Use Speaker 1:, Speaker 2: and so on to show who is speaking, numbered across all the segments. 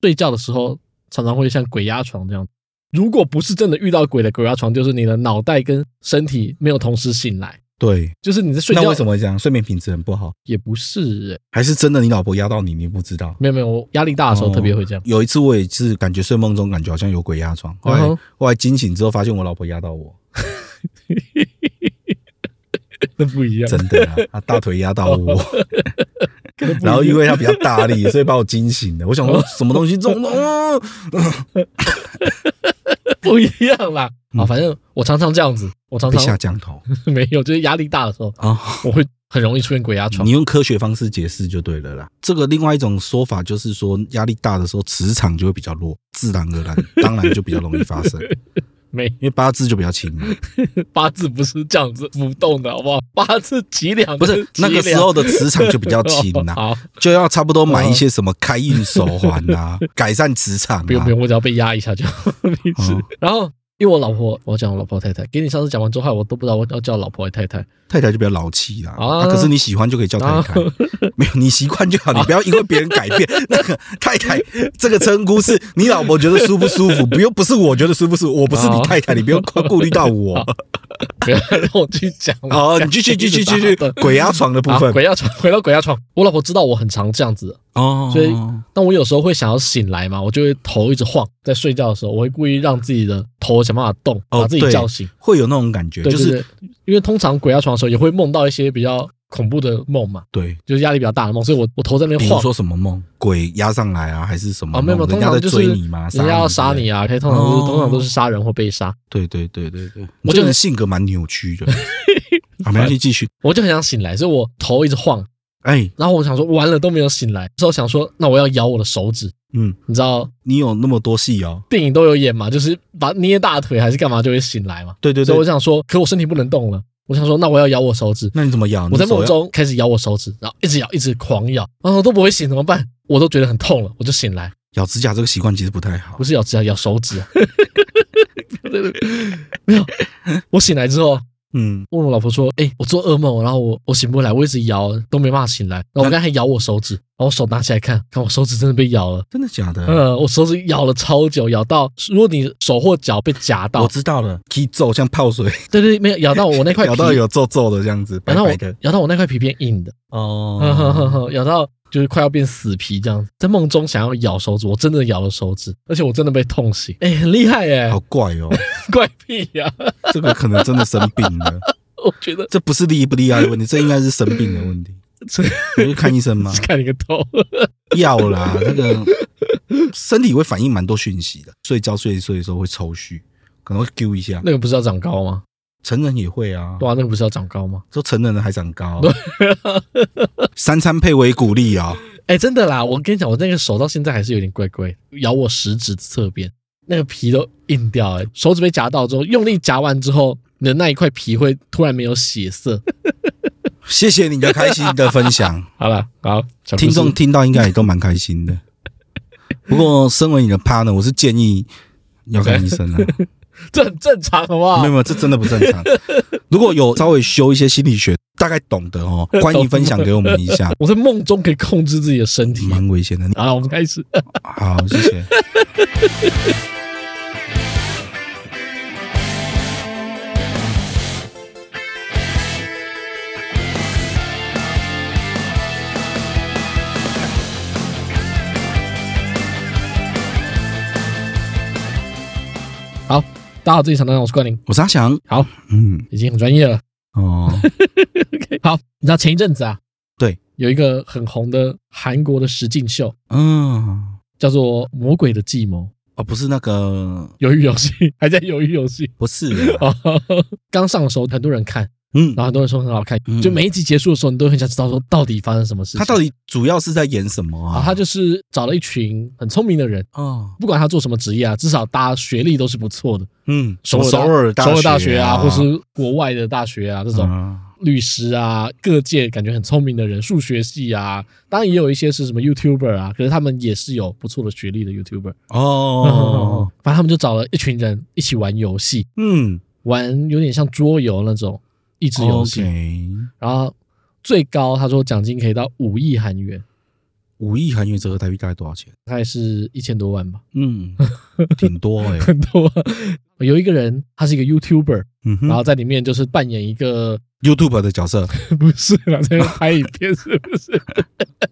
Speaker 1: 睡觉的时候常常会像鬼压床这样。如果不是真的遇到鬼的鬼压床，就是你的脑袋跟身体没有同时醒来，
Speaker 2: 对，
Speaker 1: 就是你在睡
Speaker 2: 那
Speaker 1: 觉
Speaker 2: 为什么会这样？睡眠品质很不好，
Speaker 1: 也不是、欸，
Speaker 2: 还是真的你老婆压到你，你不知道？
Speaker 1: 没有没有，我压力大的时候特别会 这样。
Speaker 2: 有一次我也是感觉睡梦中感觉好像有鬼压床，
Speaker 1: 嗯
Speaker 2: 后
Speaker 1: 哼
Speaker 2: 来后来惊醒之后发现我老婆压到我，
Speaker 1: 那不 一样
Speaker 2: 真的啊， 她大腿压到我，然后因为她比较大力，所以把我惊醒了。我 想说什么东西这种，哦
Speaker 1: 不一样啦。啊，
Speaker 2: 嗯
Speaker 1: 反正我常常这样子，我常
Speaker 2: 被下
Speaker 1: 常
Speaker 2: 降头
Speaker 1: 没有，就是压力大的时候，
Speaker 2: 啊。
Speaker 1: 我会很容易出现鬼压床
Speaker 2: 你。用科学方式解释就对了啦。这个另外一种说法就是说，压力大的时候磁场就会比较弱，自然 而然，当然就比较容易发生，
Speaker 1: 没
Speaker 2: 因为八字就比较轻嘛。
Speaker 1: 八字不是这样子浮动的，好不好？八字几两
Speaker 2: 不是哦那个时候的磁场就比较 轻啊啦、
Speaker 1: 好，
Speaker 2: 就要差不多买一些什么开运手环啊， 改善磁场啊。
Speaker 1: 嗯不用不用，我只要被压一下就 没事。
Speaker 2: 嗯
Speaker 1: 然后因为我老婆，我讲我老婆太太，给你上次讲完之后，害我都不知道我要叫老婆还是太太。
Speaker 2: 太太就比较老气啦。
Speaker 1: 啊
Speaker 2: 啊，可是你喜欢就可以叫太太， 没有你习惯就好，你不要因为别人改变。 那个太太这个称呼是你老婆觉得舒不舒服， 不用不是我觉得舒不舒服，我不是你
Speaker 1: 啊
Speaker 2: 太太，你不用顾顾虑 到我。
Speaker 1: 不要让我去讲了。
Speaker 2: 哦，你继 续继续继续鬼压床的部
Speaker 1: 啊，
Speaker 2: 分
Speaker 1: 鬼压床，回到鬼压床，我老婆知道我很常这样子，
Speaker 2: 哦
Speaker 1: 所以但我有时候会想要醒来嘛，我就会头一直晃，在睡觉的时候，我会故意让自己的头想办法动，
Speaker 2: 哦
Speaker 1: 把自己
Speaker 2: 对
Speaker 1: 叫醒。
Speaker 2: 会有那种感觉，
Speaker 1: 对
Speaker 2: 就
Speaker 1: 对
Speaker 2: 是
Speaker 1: 对，因为通常鬼压床的时候也会梦到一些比较恐怖的梦嘛，
Speaker 2: 对，
Speaker 1: 就是压力比较大的梦，所以我我头在那
Speaker 2: 比
Speaker 1: 边
Speaker 2: 如
Speaker 1: 晃。
Speaker 2: 说什么梦，鬼压上来啊，还是什么
Speaker 1: 啊，没有没有，
Speaker 2: 梦？
Speaker 1: 通
Speaker 2: 人家
Speaker 1: 常
Speaker 2: 在
Speaker 1: 就是
Speaker 2: 追你嘛，
Speaker 1: 人家要杀你
Speaker 2: 啊？
Speaker 1: 啊，可以通常都是
Speaker 2: 哦
Speaker 1: 通常都是杀人或被杀，
Speaker 2: 对对对对对，
Speaker 1: 我
Speaker 2: 我
Speaker 1: 就
Speaker 2: 这个人性格蛮扭 曲的。啊，没关系，继续。
Speaker 1: 我就很想醒来，所以我头一直晃，
Speaker 2: 哎，
Speaker 1: 然后我想说完了都没有醒来，之后想说那我要咬我的手指，
Speaker 2: 嗯，
Speaker 1: 你知道
Speaker 2: 你有那么多戏哦？
Speaker 1: 电影都有演嘛，就是把捏大腿还是干嘛就会醒来嘛，
Speaker 2: 对对
Speaker 1: 所以
Speaker 2: 对
Speaker 1: 我，想说，可我身体不能动了，我想说那我要咬我手指，
Speaker 2: 那你怎么咬？
Speaker 1: 我在
Speaker 2: 你手
Speaker 1: 梦
Speaker 2: 要，
Speaker 1: 中开始咬我手指，然后一直咬，一直狂咬，然后都不会醒，怎么办？我都觉得很痛了，我就醒来，
Speaker 2: 咬指甲这个习惯其实不太好
Speaker 1: 不。是咬指甲，咬手 指啊。 没有，我醒来之后
Speaker 2: 嗯，
Speaker 1: 问我老婆说：“哎、我做噩梦，然后我我醒不来，我一直摇都没办法醒来。然后我刚才咬我手指，然后我手拿起来看，看我手指真的被咬了。
Speaker 2: 真的假的？
Speaker 1: 呃，我手指咬了超久，咬到如果你手或脚被夹到
Speaker 2: 我，知道了，可以皱像泡水，
Speaker 1: 对对，没有咬到我那块皮，
Speaker 2: 咬到有皱皱的这样子，白
Speaker 1: 咬到我
Speaker 2: 白的。
Speaker 1: 咬到我那块皮变硬的。”嗯呵呵呵
Speaker 2: 哦，
Speaker 1: 呵，咬到就是快要变死皮这样子，在梦中想要咬手指，我真的咬了手指，而且我真的被痛醒，哎、很厉害哎、
Speaker 2: 好怪哦，
Speaker 1: 怪癖呀、
Speaker 2: 这个可能真的生病了。
Speaker 1: 我觉得
Speaker 2: 这不是厉不厉害的问题，这应该是生病的 问题。
Speaker 1: 这？
Speaker 2: 你去看医生吗
Speaker 1: 看你个头，
Speaker 2: 要啦，那个 身体会反应蛮多讯息的。睡觉睡一睡的时候会抽搐，可能会揪一下。
Speaker 1: 那个不是要长高吗？
Speaker 2: 成人也会啊，
Speaker 1: 对啊，那个不是要长高吗？
Speaker 2: 说成人的还长高、啊 三餐配为鼓励啊、
Speaker 1: 哎、真的啦，我跟你讲，我那个手到现在还是有点怪怪，咬我食指侧边那个皮都硬掉、哎，手指被夹到之后，用力夹完之后，你的那一块皮会突然没有血色。
Speaker 2: 谢谢你的开心的 分享，
Speaker 1: 好了，好，小故事
Speaker 2: 听众听到应该也都蛮开心的。不过，身为你的 partner，我是建议要看医 生啊。
Speaker 1: 这很正常，好不好
Speaker 2: 没有？没有，这真的不正 常。如果有稍微修一些心理学，大概懂得哦，欢迎分享给我们一 下，
Speaker 1: 我在梦中可以控制自己的身体。
Speaker 2: 蛮危险的。
Speaker 1: 好了，我们开始。
Speaker 2: 好，谢谢。
Speaker 1: 大家好，这里常常我是冠霖，
Speaker 2: 我是阿翔。
Speaker 1: 好，
Speaker 2: 嗯，
Speaker 1: 已经很专业了。
Speaker 2: 哦，
Speaker 1: OK，好，你知道前一阵子啊，
Speaker 2: 对，
Speaker 1: 有一个很红的韩国的实境秀，
Speaker 2: 嗯，
Speaker 1: 叫做《魔鬼的计谋》，
Speaker 2: 哦，不是那个，
Speaker 1: 鱿鱼游戏，还在鱿鱼游戏。
Speaker 2: 不是啊，
Speaker 1: 哦，刚上的时候很多人看，
Speaker 2: 嗯
Speaker 1: 然，后很多人说很好看，
Speaker 2: 嗯
Speaker 1: 就每一集结束的时候，你都很想知道说到底发生什么事情。
Speaker 2: 他到底主要是在演什么
Speaker 1: 啊，
Speaker 2: 啊？
Speaker 1: 他就是找了一群很聪明的人，
Speaker 2: 哦，
Speaker 1: 不管他做什么职业啊，至少大家学历都是不错的，
Speaker 2: 嗯，什么
Speaker 1: 首
Speaker 2: 首尔
Speaker 1: 首尔大学啊，
Speaker 2: 啊，
Speaker 1: 或是国外的大学啊这种。
Speaker 2: 嗯
Speaker 1: 律师啊，各界感觉很聪明的人，数学系啊，当然也有一些是什么 YouTuber 啊，可是他们也是有不错的学历的 YouTuber。
Speaker 2: 嗯哦，
Speaker 1: 反正他们就找了一群人一起玩游戏，
Speaker 2: 嗯
Speaker 1: 玩有点像桌游那种益智
Speaker 2: 哦
Speaker 1: 游戏。
Speaker 2: ，OK，
Speaker 1: 然后最高他说奖金可以到五亿韩元，
Speaker 2: 五亿韩元折合台币大概多少钱？
Speaker 1: 大概是一千多万吧，
Speaker 2: 嗯，挺多哎、
Speaker 1: 很多啊。有一个人，他是一个 YouTuber，
Speaker 2: 嗯
Speaker 1: 然后
Speaker 2: 哼
Speaker 1: 在里面就是扮演一个
Speaker 2: ，YouTube 的角色
Speaker 1: 不是啦，在那边拍影片是不是？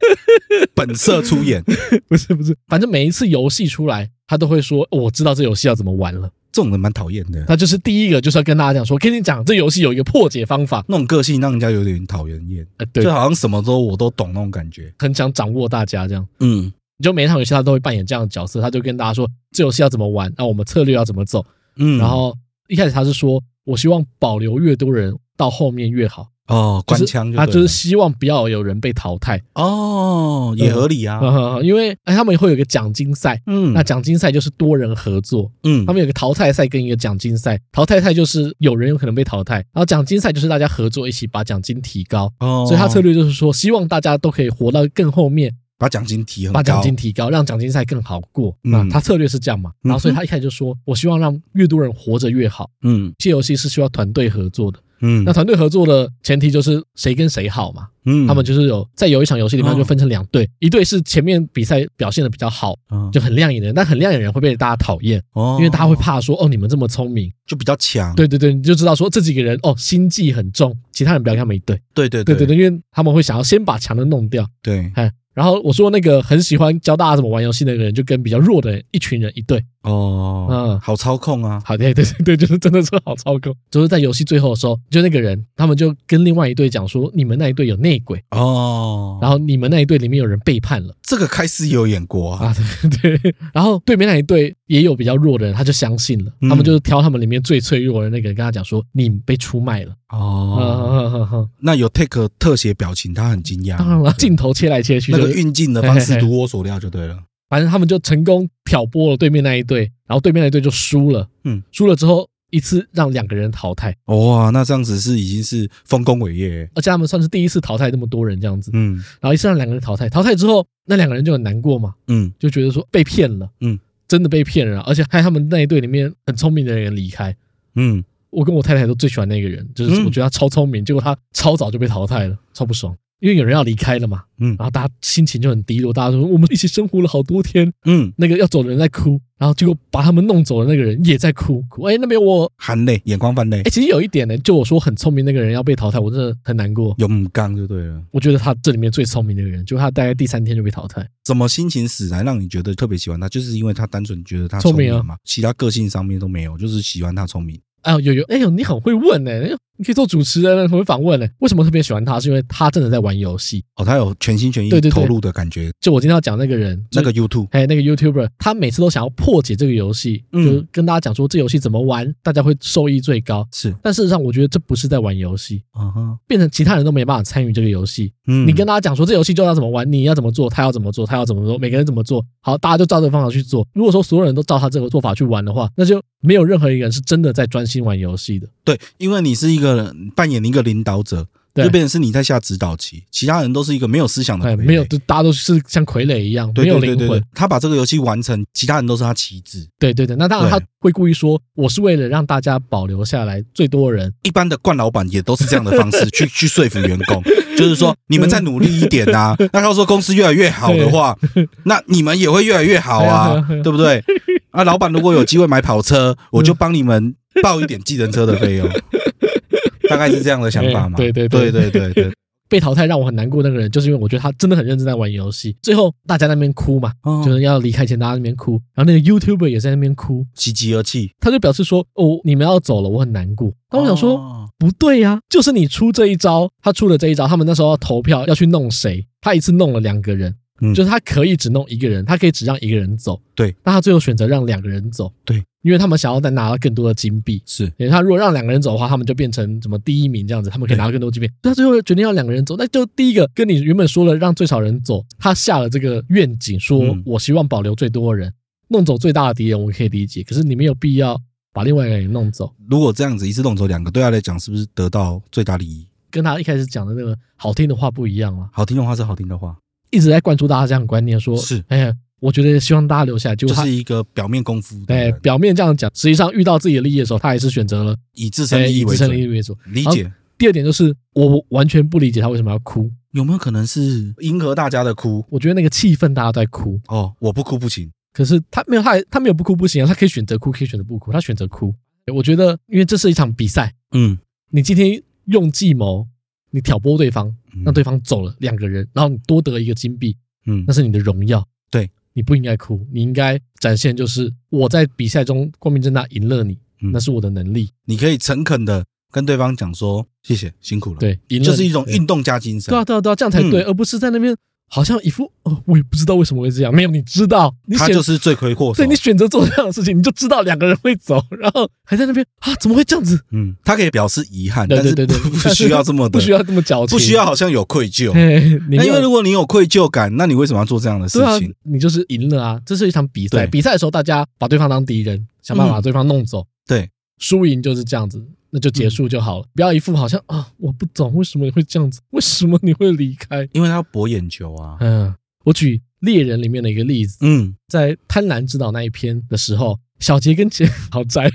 Speaker 2: 本色出演， 这
Speaker 1: 不是不是，反正每一次游戏出来，他都会说、哦我知道这游戏要怎么玩了。
Speaker 2: 种人蛮讨厌的。
Speaker 1: 他就是第一个就是要跟大家讲说，跟你讲这游戏有一个破解方法，
Speaker 2: 那种个性让人家有点讨人厌，
Speaker 1: 呃，对
Speaker 2: 就，好像什么都我都懂那种感觉。
Speaker 1: 很想掌握大家这样。
Speaker 2: 嗯
Speaker 1: 你就每一场游戏他都会扮演这样的角色，他就跟大家说这游戏要怎么玩，那我们策略要怎么走。
Speaker 2: 嗯
Speaker 1: 然后一开始他是说，我希望保留越多人到后面越好，
Speaker 2: 哦，
Speaker 1: 就
Speaker 2: 官
Speaker 1: 是
Speaker 2: 腔就
Speaker 1: 他
Speaker 2: 对
Speaker 1: 就是
Speaker 2: 了
Speaker 1: 希望不要有人被淘汰，
Speaker 2: 哦，也合理啊。
Speaker 1: 因为哎他们会有一个奖金赛，
Speaker 2: 嗯，
Speaker 1: 那奖金赛就是多人合作，
Speaker 2: 嗯
Speaker 1: 他们有个淘汰赛跟一个奖金赛，淘汰赛就是有人有可能被淘汰，然后奖金赛就是大家合作一起把奖金提高。
Speaker 2: 哦，
Speaker 1: 所以他策略就是说，希望大家都可以活到更后面，
Speaker 2: 把奖金提很高，
Speaker 1: 把奖金提高，让奖金赛更好过。
Speaker 2: 嗯
Speaker 1: 那他策略是这样嘛？然后所以他一开始就说，我希望让越多人活着越好。
Speaker 2: 嗯
Speaker 1: 这游戏是需要团队合作的，
Speaker 2: 嗯，
Speaker 1: 那团队合作的前提就是谁跟谁好嘛。
Speaker 2: 嗯
Speaker 1: 他们就是有在有一场游戏里面
Speaker 2: 哦
Speaker 1: 就分成两队，一队是前面比赛表现的比较好，
Speaker 2: 嗯
Speaker 1: 就很亮眼的人，但很亮眼的人会被大家讨厌，
Speaker 2: 哦嗯
Speaker 1: 因为大家会怕说，哦，你们这么聪明，
Speaker 2: 就比较强，
Speaker 1: 对对对，你就知道说这几个人哦心计很重，其他人不要跟他们一队。
Speaker 2: 对对
Speaker 1: 对对
Speaker 2: 对
Speaker 1: 对，因为他们会想要先把强的弄掉。
Speaker 2: 对
Speaker 1: 哎，然后我说那个很喜欢教大家怎么玩游戏那个人，就跟比较弱的人一群人一队。
Speaker 2: 哦，
Speaker 1: 嗯
Speaker 2: 好操控啊，
Speaker 1: 好，对对对对，就是真的是好操控。就是在游戏最后的时候，就那个人他们就跟另外一队讲说，你们那一队有内鬼，
Speaker 2: 哦，
Speaker 1: 然后你们那一队里面有人背叛了
Speaker 2: 这个开司也有演过啊，
Speaker 1: 啊，对 对。然后对面那一队也有比较弱的人，他就相信了，他们
Speaker 2: 嗯
Speaker 1: 就是挑他们里面最脆弱的那个人，跟他讲说，你被出卖了。啊
Speaker 2: 哦，
Speaker 1: 啊啊啊啊
Speaker 2: 那有 take 特写表情，他很惊讶，
Speaker 1: 当然了，镜头切来切去，
Speaker 2: 那
Speaker 1: 就
Speaker 2: 个
Speaker 1: 是
Speaker 2: 运镜的方式如我所料就对了，
Speaker 1: 反正他们就成功挑拨了对面那一队，然后对面那一队就输了。
Speaker 2: 嗯，
Speaker 1: 输了之后一次让两个人淘汰，
Speaker 2: 哇、那这样子是已经是丰功伟业，
Speaker 1: 而且他们算是第一次淘汰那么多人这样子，
Speaker 2: 嗯
Speaker 1: 然后一次让两个人淘汰，淘汰之后那两个人就很难过嘛，
Speaker 2: 嗯
Speaker 1: 就觉得说被骗了，
Speaker 2: 嗯，
Speaker 1: 真的被骗了啊，而且害他们那一队里面很聪明的人也离开。
Speaker 2: 嗯，
Speaker 1: 我跟我太太都最喜欢那个人，就是
Speaker 2: 嗯
Speaker 1: 我觉得他超聪明，结果他超早就被淘汰了，超不爽。因为有人要离开了嘛，
Speaker 2: 嗯
Speaker 1: 然后大家心情就很低落，大家说我们一起生活了好多天，
Speaker 2: 嗯，
Speaker 1: 那个要走的人在哭，然后结果把他们弄走的那个人也在哭，哭哎、那边我
Speaker 2: 含泪，眼光泛泪
Speaker 1: 哎、，其实有一点呢，就我说很聪明那个人要被淘汰，我真的很难过。
Speaker 2: 有母刚就对了。
Speaker 1: 我觉得他这里面最聪明的一个人，就他大概第三天就被淘汰。
Speaker 2: 什么心情使然让你觉得特别喜欢他？就是因为他单纯觉得他
Speaker 1: 聪
Speaker 2: 聪
Speaker 1: 明啊
Speaker 2: 嘛，其他个性上面都没有，就是喜欢他聪明。
Speaker 1: 哎呦有有，哎呦你很会问呢，哎呦你可以做主持人，很会访问呢。为什么特别喜欢他？是因为他真的在玩游戏。
Speaker 2: 哦，他有全心全
Speaker 1: 对
Speaker 2: 意
Speaker 1: 对对
Speaker 2: 投入的感觉。
Speaker 1: 就我今天要讲那个人，
Speaker 2: 那个
Speaker 1: 就
Speaker 2: YouTube，
Speaker 1: 哎那个 YouTuber，他每次都想要破解这个游戏，
Speaker 2: 嗯
Speaker 1: 就是跟大家讲说这游戏怎么玩，大家会受益最高。
Speaker 2: 是，
Speaker 1: 但事实上，我觉得这不是在玩游戏，
Speaker 2: 嗯哼，
Speaker 1: 变成其他人都没办法参与这个游戏。
Speaker 2: 嗯
Speaker 1: 你跟大家讲说这游戏就要怎么玩，你要怎么做，他要怎么做，他要怎么做，每个人怎么做，好，大家就照这个方法去做。如果说所有人都照他这个做法去玩的话，那就没有任何一个人是真的在专心玩游戏的。
Speaker 2: 对，因为你是一个扮演一个领导者，
Speaker 1: 对
Speaker 2: 就变成是你在下指导棋，其他人都是一个没有思想的
Speaker 1: 对，
Speaker 2: 傀儡，
Speaker 1: 哎没有，就大家都是像傀儡一样，
Speaker 2: 对
Speaker 1: 没有
Speaker 2: 对对
Speaker 1: 灵
Speaker 2: 对
Speaker 1: 魂
Speaker 2: 对。，他把这个游戏完成，其他人都是他棋子。
Speaker 1: 对对对，那当然
Speaker 2: 对
Speaker 1: 他会故意说，我是为了让大家保留下来最多人。
Speaker 2: 一般的冠老板也都是这样的方 式去去说服员工，就是
Speaker 1: 嗯
Speaker 2: 说你们再努力一点啊。那到时候公司越来越好的话，那你们也会越来越好
Speaker 1: 对
Speaker 2: 啊
Speaker 1: 啊对啊，
Speaker 2: 对 不对？啊，老板如果有机会买跑车，我就帮你们报一点计程车的费 用，大概是这样的想法嘛。
Speaker 1: 对对对
Speaker 2: 对对对对，
Speaker 1: 被淘汰让我很难过，那个人就是因为我觉得他真的很认真在玩游戏。最后大家在那边哭嘛，
Speaker 2: 哦
Speaker 1: 就是要离开前大家在那边哭，然后那个 YouTuber 也在那边哭，
Speaker 2: 喜极而泣。
Speaker 1: 他就表示说：“哦，你们要走了，我很难过。”但我想说，
Speaker 2: 哦
Speaker 1: 不对呀、就是你出这一招，他出了这一招，他们那时候要投票要去弄谁，他一次弄了两个人，
Speaker 2: 嗯
Speaker 1: 就是他可以只弄一个人，他可以只让一个人走，
Speaker 2: 对，
Speaker 1: 但他最后选择让两个人走，
Speaker 2: 对，
Speaker 1: 因为他们想要再拿到更多的金币。
Speaker 2: 是
Speaker 1: 因为他如果让两个人走的话，他们就变成什么第一名这样子，他们可以拿到更多金币。所以他最后决定要两个人走，那就第一个跟你原本说了让最少人走，他下了这个愿景，说
Speaker 2: 嗯
Speaker 1: 我希望保留最多的人，弄走最大的敌人，我可以理解。可是你没有必要把另外一个人也弄走，
Speaker 2: 如果这样子一次弄走两个，对他来讲是不是得到最大利益？
Speaker 1: 跟他一开始讲的那个好听的话不一样了。
Speaker 2: 好听的话是好听的话，
Speaker 1: 一直在灌输大家这样的观念，说
Speaker 2: 是
Speaker 1: 哎呀，我觉得希望大家留下来，就
Speaker 2: 就
Speaker 1: 他
Speaker 2: 是一个表面功夫的
Speaker 1: 哎
Speaker 2: 人，
Speaker 1: 表面这样讲，实际上遇到自己的利益的时候，他还是选择了
Speaker 2: 以自
Speaker 1: 哎
Speaker 2: 身利益
Speaker 1: 以
Speaker 2: 为
Speaker 1: 自身
Speaker 2: 准
Speaker 1: 利益为主。
Speaker 2: 理解。
Speaker 1: 第二点就是，我完全不理解他为什么要哭，
Speaker 2: 有没有可能是迎合大家的哭？
Speaker 1: 我觉得那个气氛大家都在哭，
Speaker 2: 哦，我不哭不行。
Speaker 1: 可是他没有，他他没有不哭不行啊，他可以选择哭，可以选择不哭，他选择哭。我觉得，因为这是一场比赛，
Speaker 2: 嗯，
Speaker 1: 你今天用计谋，你挑拨对方，
Speaker 2: 嗯
Speaker 1: 让对方走了两个人，然后你多得一个金币，
Speaker 2: 嗯
Speaker 1: 那是你的荣耀。
Speaker 2: 对，
Speaker 1: 你不应该哭，你应该展现就是我在比赛中光明正大赢了你，
Speaker 2: 嗯
Speaker 1: 那是我的能力。
Speaker 2: 你可以诚恳的跟对方讲说谢谢，辛苦了。，
Speaker 1: 对，赢了
Speaker 2: 就是
Speaker 1: 你
Speaker 2: 一种
Speaker 1: 对
Speaker 2: 运动加精神。
Speaker 1: 对啊，对啊，对啊，这样才对，
Speaker 2: 嗯
Speaker 1: 而不是在那边好像一副哦，我也不知道为什么会这样。没有，你知道，你
Speaker 2: 他
Speaker 1: 选
Speaker 2: 就是罪魁祸首
Speaker 1: 对。你选择做这样的事情，你就知道两个人会走，然后还在那边啊，怎么会这样子？
Speaker 2: 嗯，他可以表示遗憾，
Speaker 1: 对
Speaker 2: 但
Speaker 1: 对
Speaker 2: 是
Speaker 1: 对对，
Speaker 2: 不 不
Speaker 1: 但是
Speaker 2: 需要这么的，
Speaker 1: 不需要这么矫情，
Speaker 2: 不需要好像有愧疚。
Speaker 1: 嘿。你
Speaker 2: 那
Speaker 1: 没
Speaker 2: 因为
Speaker 1: 有
Speaker 2: 如果你有愧疚感，那你为什么要做这样的事
Speaker 1: 对啊
Speaker 2: 情？，
Speaker 1: 你就是赢了啊！这是一场比赛，
Speaker 2: 对
Speaker 1: 比赛的时候大家把对方当敌人，想办法嗯把对嗯方弄走。
Speaker 2: 对，
Speaker 1: 输赢就是这样子，那就结束就好了，不要一副好像啊，我不懂为什么你会这样子，为什么你会离开？
Speaker 2: 因为他要博眼球啊。
Speaker 1: 嗯，我举猎人里面的一个例子，
Speaker 2: 嗯，
Speaker 1: 在贪婪之岛那一篇的时候，小杰跟杰 好宅。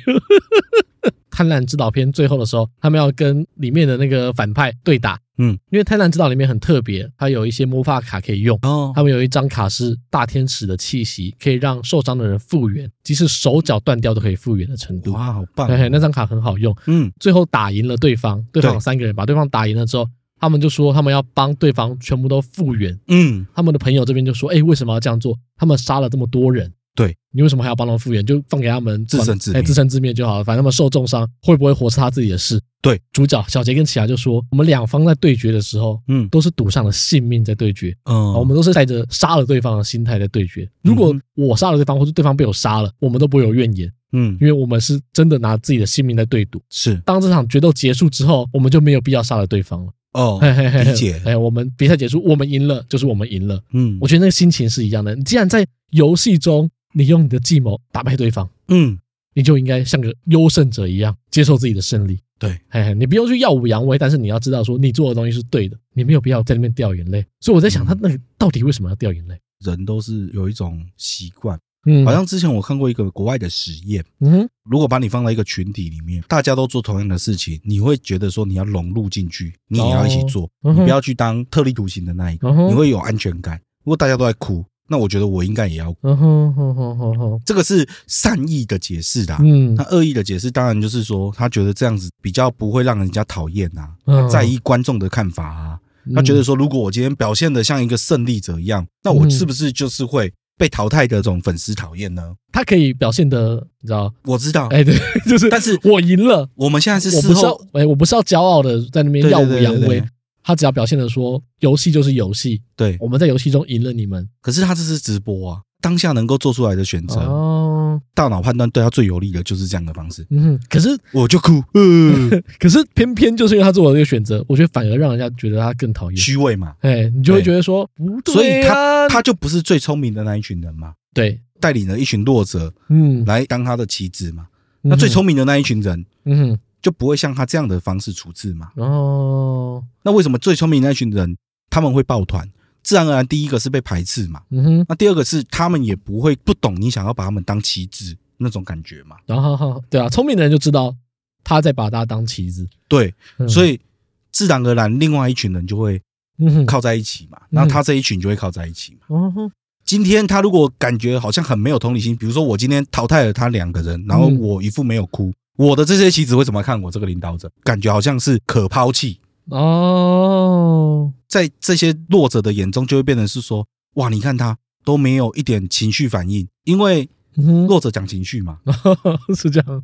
Speaker 1: 贪婪之岛篇最后的时候，他们要跟里面的那个反派对打。
Speaker 2: 嗯，
Speaker 1: 因为贪婪之岛里面很特别，它有一些魔法卡可以用。
Speaker 2: 哦，
Speaker 1: 他们有一张卡是大天使的气息，可以让受伤的人复原，即使手脚断掉都可以复原的程度。
Speaker 2: 哇，好棒哦！
Speaker 1: 哎，那张卡很好用。
Speaker 2: 嗯
Speaker 1: 最后打赢了对方，对方有
Speaker 2: 对
Speaker 1: 三个人，把对方打赢了之后，他们就说他们要帮对方全部都复原。
Speaker 2: 嗯，
Speaker 1: 他们的朋友这边就说：“哎，为什么要这样做？他们杀了这么多人，
Speaker 2: 对
Speaker 1: 你为什么还要帮他们复原？就放给他们
Speaker 2: 自生自
Speaker 1: 哎
Speaker 2: 灭
Speaker 1: 自生自灭就好了。反正他们受重伤，会不会活是他自己的事。”
Speaker 2: 对，
Speaker 1: 主角小杰跟奇亚就说：“我们两方在对决的时候，
Speaker 2: 嗯
Speaker 1: 都是赌上了性命在对决。
Speaker 2: 嗯，
Speaker 1: 啊，我们都是带着杀了对方的心态在对决。如果
Speaker 2: 嗯
Speaker 1: 我杀了对方，或者对方被我杀了，我们都不会有怨言，
Speaker 2: 嗯
Speaker 1: 因为我们是真的拿自己的性命在对赌。
Speaker 2: 是
Speaker 1: 当这场决斗结束之后，我们就没有必要杀了对方了。
Speaker 2: 哦，
Speaker 1: 嘿嘿嘿嘿
Speaker 2: 理解
Speaker 1: 哎，我们比赛结束，我们赢了，就是我们赢了。
Speaker 2: 嗯
Speaker 1: 我觉得那个心情是一样的。你既然在游戏中，你用你的计谋打败对方，
Speaker 2: 嗯
Speaker 1: 你就应该像个优胜者一样接受自己的胜利。
Speaker 2: 对，
Speaker 1: 嘿嘿，你不用去耀武扬威，但是你要知道说你做的东西是对的，你没有必要在那边掉眼泪。所以我在想，
Speaker 2: 嗯
Speaker 1: 他那个到底为什么要掉眼泪？
Speaker 2: 人都是有一种习惯，
Speaker 1: 嗯，
Speaker 2: 好像之前我看过一个国外的实验。
Speaker 1: 嗯哼
Speaker 2: 如果把你放到一个群体里面，大家都做同样的事情，你会觉得说你要融入进去，你也要一起做，
Speaker 1: 嗯
Speaker 2: 你
Speaker 1: 哼
Speaker 2: 不要去当特立独行的那一个，
Speaker 1: 嗯哼
Speaker 2: 你会有安全感。如果大家都在哭，那我觉得我应该也要哭，
Speaker 1: 嗯哼哼哼哼哼，
Speaker 2: 这个是善意的解释啦。
Speaker 1: 嗯
Speaker 2: 那，恶意的解释当然就是说，他觉得这样子比较不会让人家讨厌啊，
Speaker 1: 嗯
Speaker 2: 在意观众的看法啊。他觉得说，如果我今天表现的像一个胜利者一样，那我
Speaker 1: 嗯
Speaker 2: 是不是就是会被淘汰的这种粉丝讨厌呢？
Speaker 1: 他可以表现的，你知道，
Speaker 2: 我知道，
Speaker 1: 哎，对， 就是，
Speaker 2: 啊 但是
Speaker 1: 我赢了，
Speaker 2: 我们现在是
Speaker 1: 我
Speaker 2: 事
Speaker 1: 不是
Speaker 2: 后
Speaker 1: 要，哎，我不是要骄傲的在那边
Speaker 2: 对对
Speaker 1: 耀武
Speaker 2: 对对
Speaker 1: 扬
Speaker 2: 对
Speaker 1: 威
Speaker 2: 对，
Speaker 1: 他只要表现的说，游戏就是游戏，
Speaker 2: 对，
Speaker 1: 我们在游戏中赢了你们，
Speaker 2: 可是他这是直播啊，当下能够做出来的选择，
Speaker 1: 哦，
Speaker 2: 大脑判断对他最有利的就是这样的方式。
Speaker 1: 嗯哼，可是
Speaker 2: 我就哭， 呃，
Speaker 1: 可是偏偏就是因为他做了这个选择，我觉得反而让人家觉得他更讨厌，
Speaker 2: 虚伪嘛，
Speaker 1: 哎，你就会
Speaker 2: 对
Speaker 1: 觉得说不
Speaker 2: 所以
Speaker 1: 对
Speaker 2: 他
Speaker 1: 啊，
Speaker 2: 他就不是最聪明的那一群人嘛，
Speaker 1: 对，
Speaker 2: 带领了一群弱者
Speaker 1: 嗯，
Speaker 2: 来当他的棋子嘛。那最
Speaker 1: 从，
Speaker 2: 聪明的那一群人
Speaker 1: 嗯
Speaker 2: 就不会像他这样的方式处置嘛？
Speaker 1: 哼，哦，
Speaker 2: 那为什么最聪明的那一群人他们会抱团？自然而然，第一个是被排斥嘛，
Speaker 1: 嗯哼，
Speaker 2: 那第二个是他们也不会不懂你想要把他们当棋子那种感觉嘛。
Speaker 1: 然后对啊，聪明的人就知道他在把他当棋子，
Speaker 2: 对，
Speaker 1: 嗯
Speaker 2: 所以自然而然，另外一群人就会
Speaker 1: 嗯哼，
Speaker 2: 靠在一起嘛，
Speaker 1: 嗯
Speaker 2: 那他这一群就会靠在一起嘛。
Speaker 1: 哦哼，
Speaker 2: 今天他如果感觉好像很没有同理心，比如说我今天淘汰了他两个人，然后
Speaker 1: 嗯
Speaker 2: 我一副没有哭，我的这些棋子为什么要看我这个领导者？感觉好像是可抛弃，
Speaker 1: 哦，
Speaker 2: 在这些弱者的眼中就会变成是说，哇，你看他都没有一点情绪反应，因为
Speaker 1: 嗯
Speaker 2: 弱者讲情绪 嘛，
Speaker 1: 哼，是这样。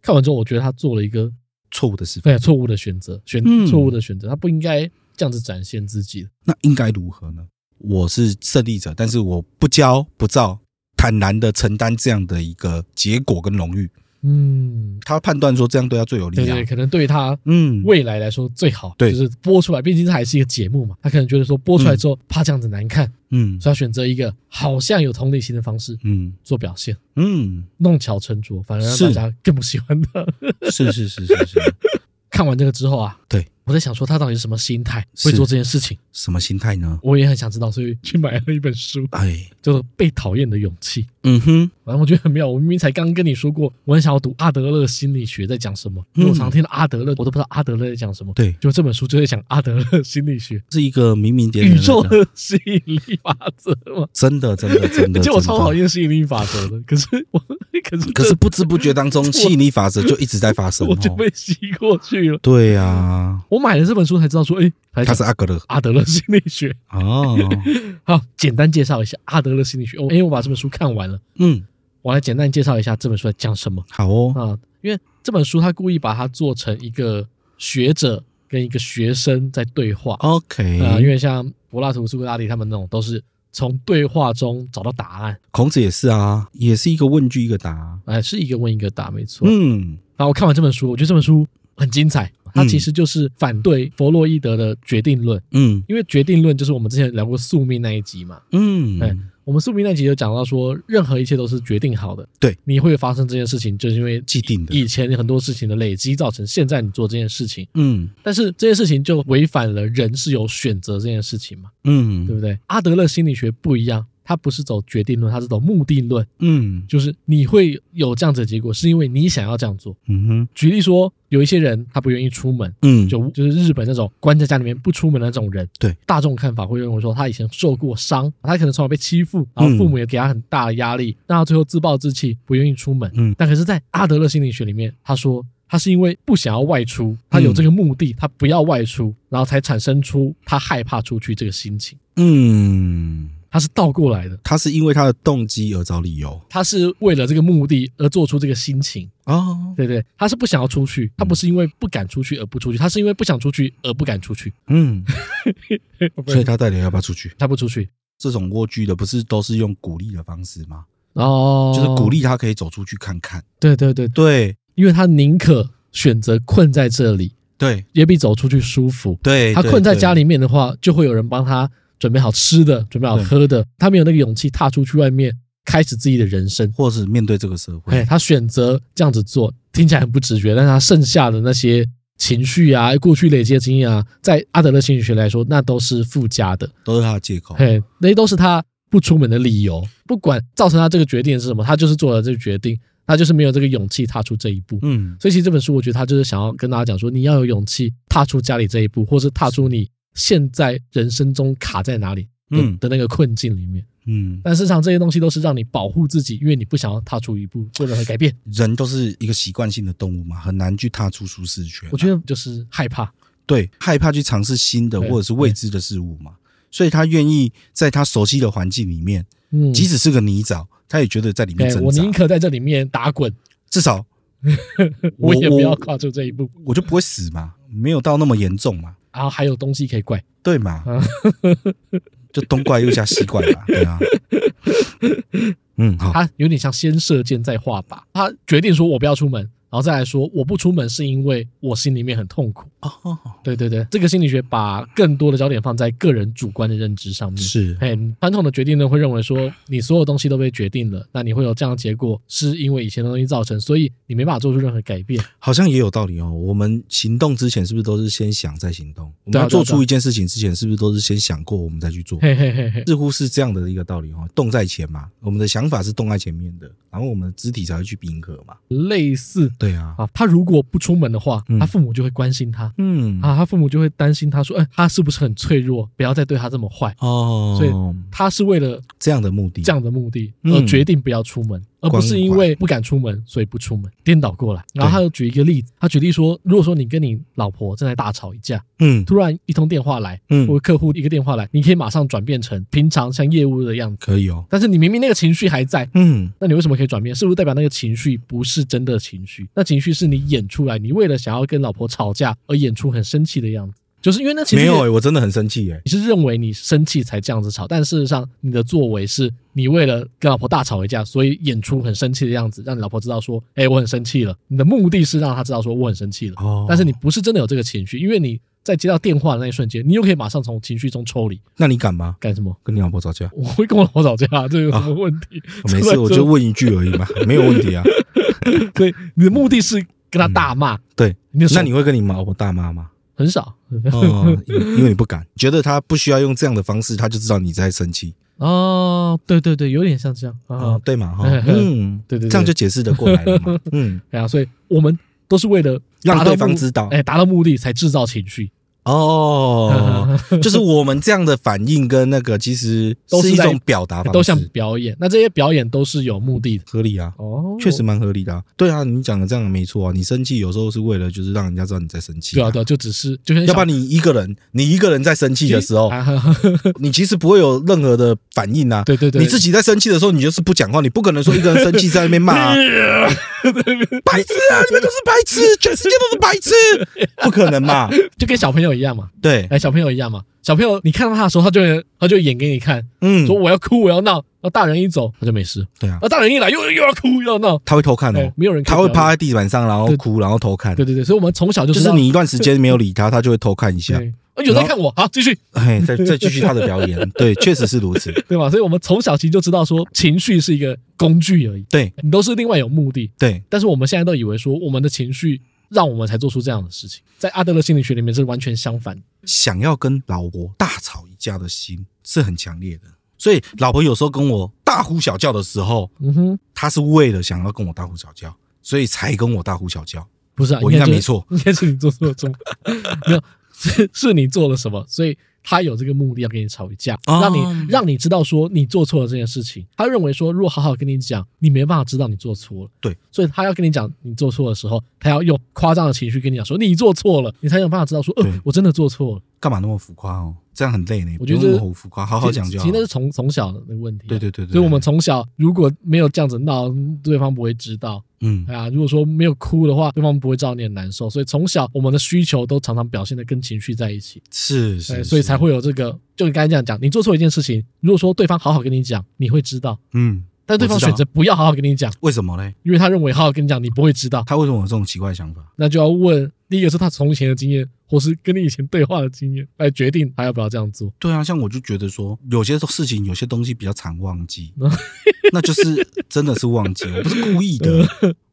Speaker 1: 看完之后，我觉得他做了一个
Speaker 2: 错误的示范，
Speaker 1: 非常错误的选择，选
Speaker 2: 嗯
Speaker 1: 错误的选择，他不应该这样子展现自己的。
Speaker 2: 那应该如何呢？我是胜利者，但是我不骄不躁，坦然的承担这样的一个结果跟荣誉。
Speaker 1: 嗯，
Speaker 2: 他判断说这样对他最有利
Speaker 1: 对
Speaker 2: 啊，
Speaker 1: 对，可能对他
Speaker 2: 嗯，
Speaker 1: 未来来说最好，
Speaker 2: 对
Speaker 1: 就是播出来，毕竟这还是一个节目嘛，他可能觉得说播出来之后怕这样子难看，
Speaker 2: 嗯
Speaker 1: 所以他选择一个好像有同理心的方式
Speaker 2: 嗯
Speaker 1: 做表现，
Speaker 2: 嗯，
Speaker 1: 弄巧成拙，反而让
Speaker 2: 是
Speaker 1: 大家更不喜欢他。
Speaker 2: 是是是是是。
Speaker 1: 看完这个之后啊，
Speaker 2: 对
Speaker 1: 我在想说他到底是什么心态会做这件事情，
Speaker 2: 什么心态呢？
Speaker 1: 我也很想知道，所以去买了一本书，
Speaker 2: 哎，
Speaker 1: 叫做《被讨厌的勇气》。
Speaker 2: 嗯哼，
Speaker 1: 反正我觉得很妙，我明明才刚跟你说过，我很想要读阿德勒心理学在讲什
Speaker 2: 嗯
Speaker 1: 么，因为我常听到阿德勒，我都不知道阿德勒在讲什么。
Speaker 2: 对
Speaker 1: 就这本书就在讲阿德勒心理学、
Speaker 2: 是一个明明点点
Speaker 1: 宇
Speaker 2: 的
Speaker 1: 宙
Speaker 2: 人
Speaker 1: 的吸引力法则嘛。
Speaker 2: 真的真的真的，
Speaker 1: 而且我超讨
Speaker 2: 厌。
Speaker 1: 厌吸引力法则的，可是我可是
Speaker 2: 可是不知不觉 当中，吸引力法则就一直在发生
Speaker 1: 我就
Speaker 2: 哦。
Speaker 1: 被嗯吸过去了。
Speaker 2: 对呀，
Speaker 1: 我买了这本书才知道说，哎、还
Speaker 2: 他是阿格勒
Speaker 1: 阿德勒心理学。
Speaker 2: 哦，
Speaker 1: 好，简单介绍一下阿德勒心理学。哦哎我、因为我把这本书看完了，
Speaker 2: 嗯，
Speaker 1: 我来简单介绍一下这本书在讲什么。
Speaker 2: 好哦，
Speaker 1: 啊，因为这本书他故意把它做成一个学者跟一个学生在对话
Speaker 2: 哦
Speaker 1: 啊、呃因
Speaker 2: OK，
Speaker 1: 为像柏拉图、苏格拉底他们那种都是从对话中找到答案，
Speaker 2: 孔子也是啊，也是一个问句一个答。
Speaker 1: 哎、是一个问一个答，没错。
Speaker 2: 嗯，
Speaker 1: 然后我看完这本书，我觉得这本书很精彩，它其实就是反对弗洛伊德的决定论，
Speaker 2: 嗯
Speaker 1: 因为决定论就是我们之前聊过宿命那一集嘛，哎
Speaker 2: 嗯，
Speaker 1: 我们宿命那集有讲到说，任何一切都是决定好的。
Speaker 2: 对，
Speaker 1: 你会发生这件事情，就是因为
Speaker 2: 既定的
Speaker 1: 以前很多事情的累积，造成现在你做这件事情。
Speaker 2: 嗯
Speaker 1: 但是这件事情就违反了人是有选择这件事情嘛，对
Speaker 2: 嗯
Speaker 1: 不对？阿德勒心理学不一样，他不是走决定论，他是走目的论，
Speaker 2: 嗯
Speaker 1: 就是你会有这样子的结果，是因为你想要这样做。
Speaker 2: 嗯哼
Speaker 1: 举例说，有一些人他不愿意出门，
Speaker 2: 嗯，
Speaker 1: 就就是日本那种关在家里面不出门的那种人，
Speaker 2: 对
Speaker 1: 大众看法会认为说他以前受过伤，他可能从小被欺负，然
Speaker 2: 嗯
Speaker 1: 后父母也给他很大的压力，让他最后自暴自弃，不愿意出门。
Speaker 2: 嗯
Speaker 1: 但可是，在阿德勒心理学里面，他说他是因为不想要外出，他有这个目的，他不要外出，然后才产生出他害怕出去这个心情，
Speaker 2: 嗯，
Speaker 1: 他是倒过来的。
Speaker 2: 他是因为他的动机而找理由
Speaker 1: 他是为了这个目的而做出这个心情，
Speaker 2: 哦，
Speaker 1: 对不对，他是不想要出去，他不是因为不敢出去而不出去，他是因为不想出去而不敢出去，
Speaker 2: 嗯，所以他到底要不要出去？
Speaker 1: 他不出去
Speaker 2: 这种蜗居的不是都是用鼓励的方式吗？
Speaker 1: 哦，
Speaker 2: 就是鼓励他可以走出去看看。
Speaker 1: 对对对，
Speaker 2: 对
Speaker 1: 因为他宁可选择困在这里，
Speaker 2: 对
Speaker 1: 也比走出去舒服。
Speaker 2: 对，
Speaker 1: 他
Speaker 2: 对
Speaker 1: 困在家里，面的话，就会有人帮他准备好吃的，准备好
Speaker 2: 对
Speaker 1: 喝的。他没有那个勇气踏出去外面，开始自己的人生
Speaker 2: 对。或是面对这个社
Speaker 1: 哎，
Speaker 2: 会。
Speaker 1: 他选择这样子做，听起来很不直觉，但是他剩下的那些情绪啊、过去累积的经验啊，在阿德勒心理学来说，那都是附加的。
Speaker 2: 都是他的借口。
Speaker 1: 嘿，那些都是他不出门的理由。不管造成他这个决定是什么，他就是做了这个决定，他就是没有这个勇气踏出这一步。
Speaker 2: 嗯，
Speaker 1: 所以其实这本书，我觉得他就是想要跟大家讲说，你要有勇气踏出家里这一步，或是踏出你现在人生中卡在哪里的、
Speaker 2: 嗯
Speaker 1: 的那个困境里面。
Speaker 2: 嗯，
Speaker 1: 但事实上，这些东西都是让你保护自己，因为你不想要踏出一步做任何改变。
Speaker 2: 人都是一个习惯性的动物嘛，很难去踏出舒适圈啊。
Speaker 1: 我觉得就是害怕，
Speaker 2: 对，害怕去尝试新的
Speaker 1: 对
Speaker 2: 或者是未知的事物嘛，所以他愿意在他熟悉的环境里面，
Speaker 1: 嗯，
Speaker 2: 即使是个泥沼，他也觉得在里面
Speaker 1: 哎，
Speaker 2: 挣
Speaker 1: 我宁
Speaker 2: 扎。
Speaker 1: 可在这里面打滚，
Speaker 2: 至少
Speaker 1: 我也不要
Speaker 2: 我
Speaker 1: 跨出这一步。
Speaker 2: 我就不会死嘛，没有到那么严重嘛，
Speaker 1: 然后还有东西可以怪，
Speaker 2: 对嘛
Speaker 1: 啊？
Speaker 2: 就东怪又加西怪 嘛，对啊。嗯，好，
Speaker 1: 他有点像先射箭再画靶。他决定说我不要出门，然后再来说我不出门是因为我心里面很痛苦。
Speaker 2: 哦，
Speaker 1: 对对对，这个心理学把更多的焦点放在个人主观的认知上面。
Speaker 2: 是，
Speaker 1: 嘿，传统的决定呢会认为说你所有东西都被决定了，那你会有这样的结果，是因为以前的东西造成，所以你没办法做出任何改变。
Speaker 2: 好像也有道理哦。我们行动之前是不是都是先想再行动？我
Speaker 1: 对
Speaker 2: 们
Speaker 1: 啊
Speaker 2: 要做
Speaker 1: 对啊对
Speaker 2: 出
Speaker 1: 啊
Speaker 2: 一件事情之前，是不是都是先想过我们再去做？
Speaker 1: 嘿嘿嘿嘿，
Speaker 2: 似乎是这样的一个道理哦，动在前嘛，我们的想法是动在前面的，然后我们的肢体才会去迎合嘛。
Speaker 1: 类似
Speaker 2: 对啊，
Speaker 1: 啊，他如果不出门的话，
Speaker 2: 嗯
Speaker 1: 他父母就会关心他
Speaker 2: 嗯，
Speaker 1: 啊，他父母就会担心他说，哎，他是不是很脆弱？不要再对他这么坏。
Speaker 2: 哦，
Speaker 1: 所以他是为了
Speaker 2: 这样的目的，
Speaker 1: 这样的目的
Speaker 2: 嗯
Speaker 1: 而决定不要出门，而不是因为不敢出门所以不出门，颠倒过来。然后他又举一个例子，他举例说，如果说你跟你老婆正在大吵一架，
Speaker 2: 嗯
Speaker 1: 突然一通电话来，
Speaker 2: 嗯
Speaker 1: 或，者客户一个电话来，你可以马上转变成平常像业务的样子，
Speaker 2: 可以哦，
Speaker 1: 但是你明明那个情绪还在。
Speaker 2: 嗯
Speaker 1: 那你为什么可以转变？是不是代表那个情绪不是真的情绪？那情绪是你演出来，你为了想要跟老婆吵架而演出很生气的样子，就是因为那情绪
Speaker 2: 没有、欸，我真的很生气哎、
Speaker 1: 你是认为你生气才这样子吵，但事实上你的作为是你为了跟老婆大吵一架，所以演出很生气的样子，让你老婆知道说，哎、我很生气了。你的目的是让她知道说我很生气了，
Speaker 2: 哦
Speaker 1: 但是你，不是真的有这个情绪，因为你在接到电话的那一瞬间，你又可以马上从情绪中抽离，
Speaker 2: 那你敢吗？
Speaker 1: 干什么？
Speaker 2: 跟你老婆 吵架？
Speaker 1: 我会跟我老婆吵架，这有什么问题？
Speaker 2: 啊 没
Speaker 1: 出来
Speaker 2: 事，我
Speaker 1: 之
Speaker 2: 就
Speaker 1: 后
Speaker 2: 问一句而已嘛，没有问题啊。
Speaker 1: 对你的目的是跟他大骂，
Speaker 2: 对，
Speaker 1: 你的手
Speaker 2: 嗯那你会跟你老婆大骂吗？
Speaker 1: 很少
Speaker 2: 哦，因为你不敢，觉得他不需要用这样的方式，他就知道你在生气
Speaker 1: 哦。对对对，有点像这样啊
Speaker 2: 哦，，对嘛哈
Speaker 1: 嘿，嘿
Speaker 2: 嗯，
Speaker 1: 对对对
Speaker 2: 这样就解释得过来了 嘛，嗯，
Speaker 1: 对啊，所以我们都是为了达
Speaker 2: 让
Speaker 1: 到
Speaker 2: 对方
Speaker 1: 目
Speaker 2: 知道
Speaker 1: 哎，达到目的才制造情绪。
Speaker 2: 哦， 就是我们这样的反应跟那个其实
Speaker 1: 都是
Speaker 2: 是一
Speaker 1: 在
Speaker 2: 种表达方式，
Speaker 1: 都像表演。那这些表演都是有目的的
Speaker 2: 合理啊，
Speaker 1: 哦
Speaker 2: 确实，蛮合理的、啊。对啊，你讲的这样没错啊。你生气有时候是为了就是让人家知道你在生气、
Speaker 1: 对啊对啊，就只是就像
Speaker 2: 要不然你一个人，你一个人在生气的时候，
Speaker 1: 啊呵呵呵
Speaker 2: 你其实不会有任何的反应啊。
Speaker 1: 对对对，
Speaker 2: 你自己在生气的时候，你就是不讲话，你不可能说一个人生气在那边骂、 啊，白痴啊，你们都是白痴，全世界都是白痴，不可能嘛？
Speaker 1: 就跟小朋友一样嘛，
Speaker 2: 对，
Speaker 1: 哎，小朋友一样嘛，小朋友你看到他的时候，他就会他就演给你看，
Speaker 2: 嗯
Speaker 1: 说，我要哭，我要闹，然后大人一走他就没事，
Speaker 2: 对啊
Speaker 1: 然，后大人一来又又要哭又要闹，
Speaker 2: 他会偷看
Speaker 1: 哎
Speaker 2: 哦，
Speaker 1: 没有人
Speaker 2: 他
Speaker 1: 看
Speaker 2: 会
Speaker 1: 表演
Speaker 2: 趴在地板上，然后哭，然后偷看，
Speaker 1: 对对对，所以我们从小就
Speaker 2: 就
Speaker 1: 知
Speaker 2: 是
Speaker 1: 道
Speaker 2: 你一段时间没有理他，他就会偷看一下，
Speaker 1: 对，啊有在看我，好继续
Speaker 2: 哎，再再继续 他的表演，对，确实是如此，
Speaker 1: 对吧？所以我们从小其实就知道说情绪是一个工具而已，
Speaker 2: 对
Speaker 1: 你都是另外有目的，
Speaker 2: 对，
Speaker 1: 但是我们现在都以为说我们的情绪让我们才做出这样的事情，在阿德勒心理学里面是完全相反的。
Speaker 2: 想要跟老婆大吵一架的心是很强烈的，所以老婆有时候跟我大呼小叫的时候，
Speaker 1: 嗯哼，
Speaker 2: 她是为了想要跟我大呼小叫，所以才跟我大呼小叫。
Speaker 1: 不是、啊，
Speaker 2: 我
Speaker 1: 应
Speaker 2: 应
Speaker 1: 该就
Speaker 2: 该
Speaker 1: 是
Speaker 2: 没错，
Speaker 1: 应该是你做错 了什么，没有，是是你做了什么，所以他有这个目的要跟你吵一架，
Speaker 2: 哦
Speaker 1: 让你让你知道说你做错了这件事情。他认为说，如果好好跟你讲，你没办法知道你做错了。
Speaker 2: 对，
Speaker 1: 所以他要跟你讲你做错的时候，哦他要用夸张的情绪跟你讲说你做错了，你才有办法知道说，呃
Speaker 2: 对，
Speaker 1: 我真的做错了。
Speaker 2: 干嘛那么浮夸哦？这样很累呢。
Speaker 1: 我觉得
Speaker 2: 不用那么浮夸，好好讲
Speaker 1: 其实
Speaker 2: 就好
Speaker 1: 其实。那是从从小的问题啊、
Speaker 2: 对对对对，
Speaker 1: 所以我们从小如果没有这样子闹，对方不会知道。
Speaker 2: 嗯
Speaker 1: 哎呀，如果说没有哭的话，对方不会知道你很难受。所以从小我们的需求都常常表现的跟情绪在一起，
Speaker 2: 是
Speaker 1: 哎，
Speaker 2: 是，
Speaker 1: 所以
Speaker 2: 是
Speaker 1: 才会有这个。就你刚才这样讲，你做错一件事情，如果说对方好好跟你讲，你会知道。
Speaker 2: 嗯。
Speaker 1: 但对方
Speaker 2: 我知道
Speaker 1: 选择不要好好跟你讲，
Speaker 2: 为什么呢？
Speaker 1: 因为他认为好好跟你讲你不会知道，
Speaker 2: 他为什么有这种奇怪的想法？
Speaker 1: 那就要问第一个是他从前的经验，或是跟你以前对话的经验来决定他要不要这样做。
Speaker 2: 对啊，像我就觉得说，有些事情、有些东西比较常忘 记，那就是真的是忘记，我不是故意的，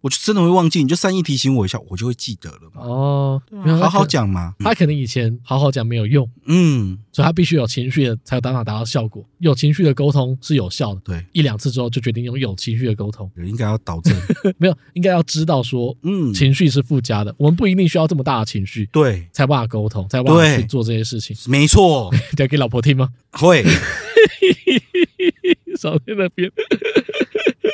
Speaker 2: 我就真的会忘记，你就善意提醒我一下，我就会记得了嘛。
Speaker 1: 哦，然后
Speaker 2: 好好，讲嘛，
Speaker 1: 他可能以前好好讲没有用，
Speaker 2: 嗯，
Speaker 1: 所以他必须有情绪的才有办法达到效果。有情绪的沟通是有效的，
Speaker 2: 对，
Speaker 1: 一两次之后就决定用有情绪的沟通。
Speaker 2: 应该要导 正，
Speaker 1: 没有，应该要知道说
Speaker 2: 嗯，
Speaker 1: 情绪是附加的，我们不一定需要这么大的情绪
Speaker 2: 对，
Speaker 1: 才有办法沟通，才有办法
Speaker 2: 对
Speaker 1: 去做这些事情。
Speaker 2: 没错，
Speaker 1: 讲给老婆听吗？
Speaker 2: 会
Speaker 1: 少在那边，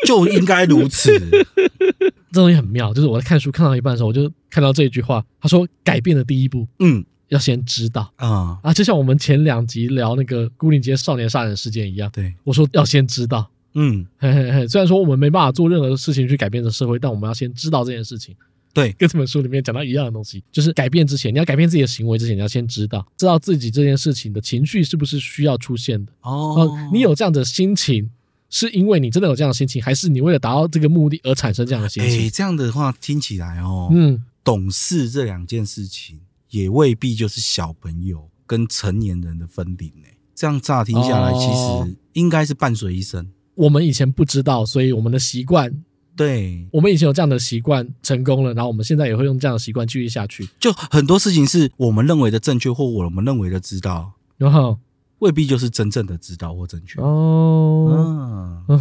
Speaker 2: 就应该 如此，
Speaker 1: 这东西很妙。就是我在看书看到一半的时候，我就看到这一句话，他说：“改变的第一步
Speaker 2: 嗯
Speaker 1: 要先知道
Speaker 2: 啊，
Speaker 1: 啊。”就像我们前两集聊那个孤岭街少年杀人事件一样，
Speaker 2: 对，
Speaker 1: 我说要先知道。
Speaker 2: 嗯，
Speaker 1: 嘿嘿嘿， 虽然说我们没办法做任何事情去改变这社会，但我们要先知道这件事情。
Speaker 2: 对
Speaker 1: 跟这本书里面讲到一样的东西，就是改变之前，你要改变自己的行为之前，你要先知道，知道自己这件事情的情绪是不是需要出现的。
Speaker 2: 哦
Speaker 1: 哦，你有这样的心情，是因为你真的有这样的心情，还是你为了达到这个目的而产生这样的心
Speaker 2: 哎，
Speaker 1: 情？
Speaker 2: 这样的话听起来哦，
Speaker 1: 嗯，
Speaker 2: 懂事这两件事情也未必就是小朋友跟成年人的分龄呢。这样乍听下来，其
Speaker 1: 哦
Speaker 2: 实应该是伴随一生。
Speaker 1: 我们以前不知道，所以我们的习惯，
Speaker 2: 对，
Speaker 1: 我们以前有这样的习惯成功了，然后我们现在也会用这样的习惯继续下去。
Speaker 2: 就很多事情是我们认为的正确或我们认为的知道，
Speaker 1: 然后，
Speaker 2: 未必就是真正的知道或正确。
Speaker 1: 哦，
Speaker 2: 嗯，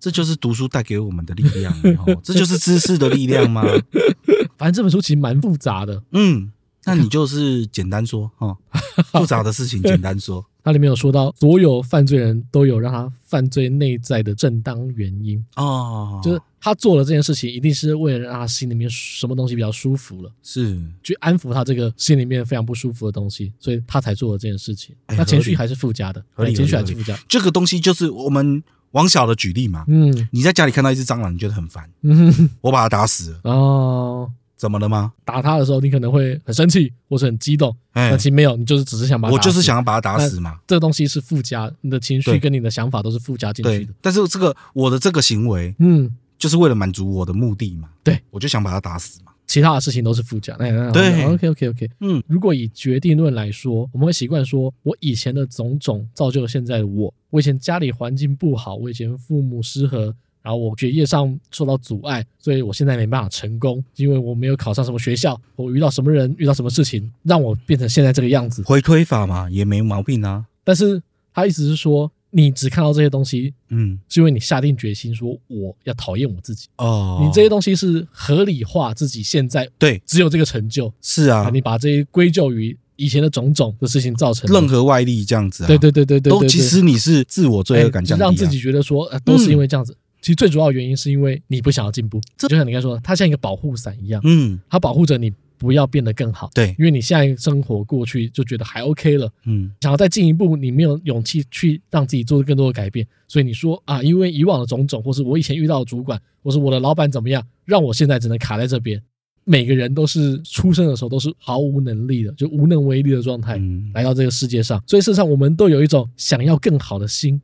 Speaker 2: 这就是读书带给我们的力量，哦这就是知识的力量吗？
Speaker 1: 反正这本书其实蛮复杂的，
Speaker 2: 嗯，那你就是简单说哈，复杂的事情简单说。
Speaker 1: 它里面有说到，所有犯罪人都有让他犯罪内在的正当原因，
Speaker 2: 哦，
Speaker 1: 就是他做了这件事情，一定是为了让他心里面什么东西比较舒服了，
Speaker 2: 是
Speaker 1: 去安抚他这个心里面非常不舒服的东西，所以他才做了这件事情。
Speaker 2: 哎
Speaker 1: 那情
Speaker 2: 合
Speaker 1: 绪
Speaker 2: 理
Speaker 1: 还是附加的，
Speaker 2: 合理
Speaker 1: 对情
Speaker 2: 合理
Speaker 1: 绪还
Speaker 2: 合
Speaker 1: 是
Speaker 2: 理
Speaker 1: 附加。
Speaker 2: 这个东西，就是我们往小的举例嘛。
Speaker 1: 嗯
Speaker 2: 你在家里看到一只蟑螂，你觉得很烦，
Speaker 1: 嗯哼，
Speaker 2: 我把它打死了，
Speaker 1: 哦，
Speaker 2: 怎么了吗？
Speaker 1: 打他的时候，你可能会很生气或是很激动，
Speaker 2: 哎、
Speaker 1: 但其实没有，你就是只是想把他
Speaker 2: 我就是
Speaker 1: 打死
Speaker 2: 想要把它打死嘛。
Speaker 1: 这个东西是附加，你的情绪
Speaker 2: 对
Speaker 1: 跟你的想法都是附加进去
Speaker 2: 对
Speaker 1: 的。，
Speaker 2: 但是这个我的这个行为
Speaker 1: 嗯，
Speaker 2: 就是为了满足我的目的嘛。
Speaker 1: 对，
Speaker 2: 我就想把它打死嘛。
Speaker 1: 其他的事情都是附加。哎，那
Speaker 2: 对
Speaker 1: ，OK OK OK。
Speaker 2: 嗯，
Speaker 1: 如果以决定论来说，我们会习惯说，我以前的种种造就了现在的我。我以前家里环境不好，我以前父母失和，然后我学业上受到阻碍，所以我现在没办法成功，因为我没有考上什么学校，我遇到什么人，遇到什么事情，让我变成现在这个样子。
Speaker 2: 回推法嘛，也没毛病啊。
Speaker 1: 但是他意思是说，你只看到这些东西，
Speaker 2: 嗯，
Speaker 1: 是因为你下定决心说我要讨厌我自己。
Speaker 2: 哦，
Speaker 1: 你这些东西是合理化自己现在
Speaker 2: 对
Speaker 1: 只有这个成就，
Speaker 2: 是啊
Speaker 1: 啊，，你把这些归咎于以前的种种的事情造成的。
Speaker 2: 任何外力这样子啊，
Speaker 1: 对对对对对，
Speaker 2: 都
Speaker 1: 对
Speaker 2: 其
Speaker 1: 对
Speaker 2: 实你是自我罪恶感降低、
Speaker 1: 哎
Speaker 2: 啊
Speaker 1: 让自己觉得说，呃，都是因为这样子。
Speaker 2: 嗯
Speaker 1: 其实最主要的原因是因为你不想要进步，就像你刚才说的，它像一个保护伞一样，
Speaker 2: 嗯，
Speaker 1: 它保护着你不要变得更好。
Speaker 2: 对，
Speaker 1: 因为你现在生活过去就觉得还 OK 了，
Speaker 2: 嗯，
Speaker 1: 想要再进一步，你没有勇气去让自己做更多的改变，所以你说啊，因为以往的种种，或是我以前遇到的主管，或是我的老板怎么样，让我现在只能卡在这边。每个人都是出生的时候都是毫无能力的，就无能为力的状态、
Speaker 2: 嗯
Speaker 1: 来到这个世界上，所以事实上我们都有一种想要更好的心，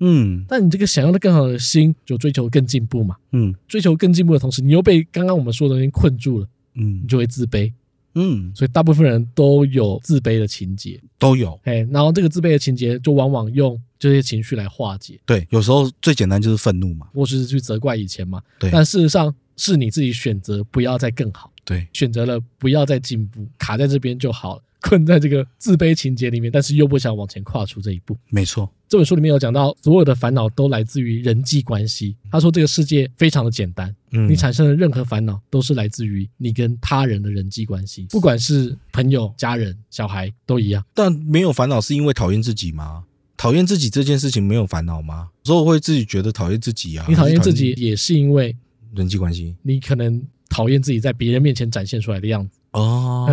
Speaker 2: 嗯
Speaker 1: 但你这个想要的更好的心，就追求更进步嘛。
Speaker 2: 嗯
Speaker 1: 追求更进步的同时，你又被刚刚我们说的那些困住了，你
Speaker 2: 嗯
Speaker 1: 就会自卑。
Speaker 2: 嗯，
Speaker 1: 所以大部分人都有自卑的情节，
Speaker 2: 都有。
Speaker 1: 哎，然后这个自卑的情节就往往用这些情绪来化解，
Speaker 2: 对，有时候最简单就是愤怒嘛。
Speaker 1: 或是去责怪以前嘛。
Speaker 2: 对
Speaker 1: 但事实上是你自己选择不要再更好，
Speaker 2: 对，
Speaker 1: 选择了不要再进步，卡在这边就好了，困在这个自卑情节里面，但是又不想往前跨出这一步。
Speaker 2: 没错。
Speaker 1: 这本书里面有讲到，所有的烦恼都来自于人际关系。他说这个世界非常的简单，
Speaker 2: 嗯
Speaker 1: 你产生的任何烦恼都是来自于你跟他人的人际关系，不管是朋友、家人、小孩都一样。
Speaker 2: 但没有烦恼是因为讨厌自己吗？讨厌自己这件事情没有烦恼吗？有时候会自己觉得讨厌自己啊。
Speaker 1: 你讨厌自己
Speaker 2: 还是
Speaker 1: 也是因为
Speaker 2: 讨厌人际关系
Speaker 1: 你可能讨厌自己在别人面前展现出来的样子。
Speaker 2: 哦，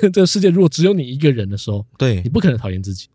Speaker 1: 这个世界如果只有你一个人的时候，
Speaker 2: 对
Speaker 1: 你，不可能讨厌自己。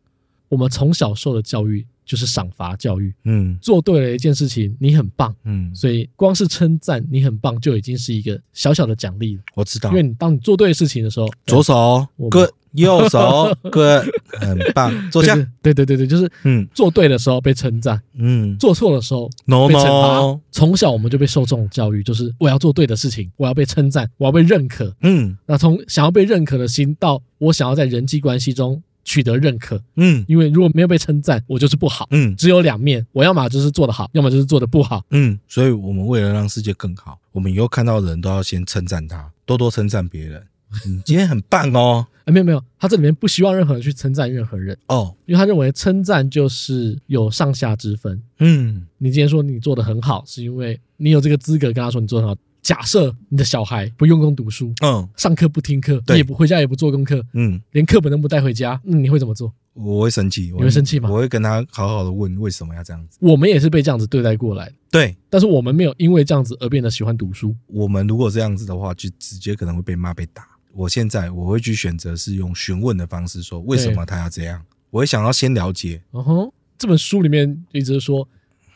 Speaker 1: 我们从小受的教育就是赏罚教育，
Speaker 2: 嗯
Speaker 1: 做对了一件事情，你很棒，
Speaker 2: 嗯，
Speaker 1: 所以光是称赞你很棒就已经是一个小小的奖励了。
Speaker 2: 我知道
Speaker 1: 因。为你当你做对事情的时候，
Speaker 2: 左手
Speaker 1: 我
Speaker 2: good，右 手 good，很棒，坐下。
Speaker 1: 对对对对，就是
Speaker 2: 嗯
Speaker 1: 做对的时候被称赞，
Speaker 2: 嗯
Speaker 1: 做错的时候
Speaker 2: ，no
Speaker 1: 被惩罚
Speaker 2: no，。
Speaker 1: 从小我们就被受这种教育，就是我要做对的事情，我要被称赞，我要被认可。
Speaker 2: 嗯
Speaker 1: 那从想要被认可的心，到我想要在人际关系中取得认可，
Speaker 2: 嗯
Speaker 1: 因为如果没有被称赞，我就是不好。
Speaker 2: 嗯
Speaker 1: 只有两面，我要么就是做得好，要么就是做得不好。
Speaker 2: 嗯，所以我们为了让世界更好，我们以后看到的人都要先称赞他，多多称赞别人。你今天很棒哦，
Speaker 1: 啊，没有没有，他这里面不希望任何人去称赞任何人，
Speaker 2: 哦，
Speaker 1: 因为他认为称赞就是有上下之分。
Speaker 2: 嗯
Speaker 1: 你今天说你做得很好，是因为你有这个资格跟他说你做得很好。假设你的小孩不用功读书，
Speaker 2: 嗯
Speaker 1: 上课不听课，
Speaker 2: 对
Speaker 1: 也不回家也不做功课，
Speaker 2: 嗯，
Speaker 1: 连课本都不带回家，那、你会怎么做？
Speaker 2: 我会生气，我
Speaker 1: 你会生气吗
Speaker 2: 我会跟他好好的问为什么要这样子。
Speaker 1: 我们也是被这样子对待过来的，
Speaker 2: 对
Speaker 1: 但是我们没有因为这样子而变得喜欢读书。
Speaker 2: 我们如果这样子的话，就直接可能会被骂被打。我现在我会去选择是用询问的方式说为什么他要这样，我会想要先了解。
Speaker 1: 然后嗯这本书里面一直说，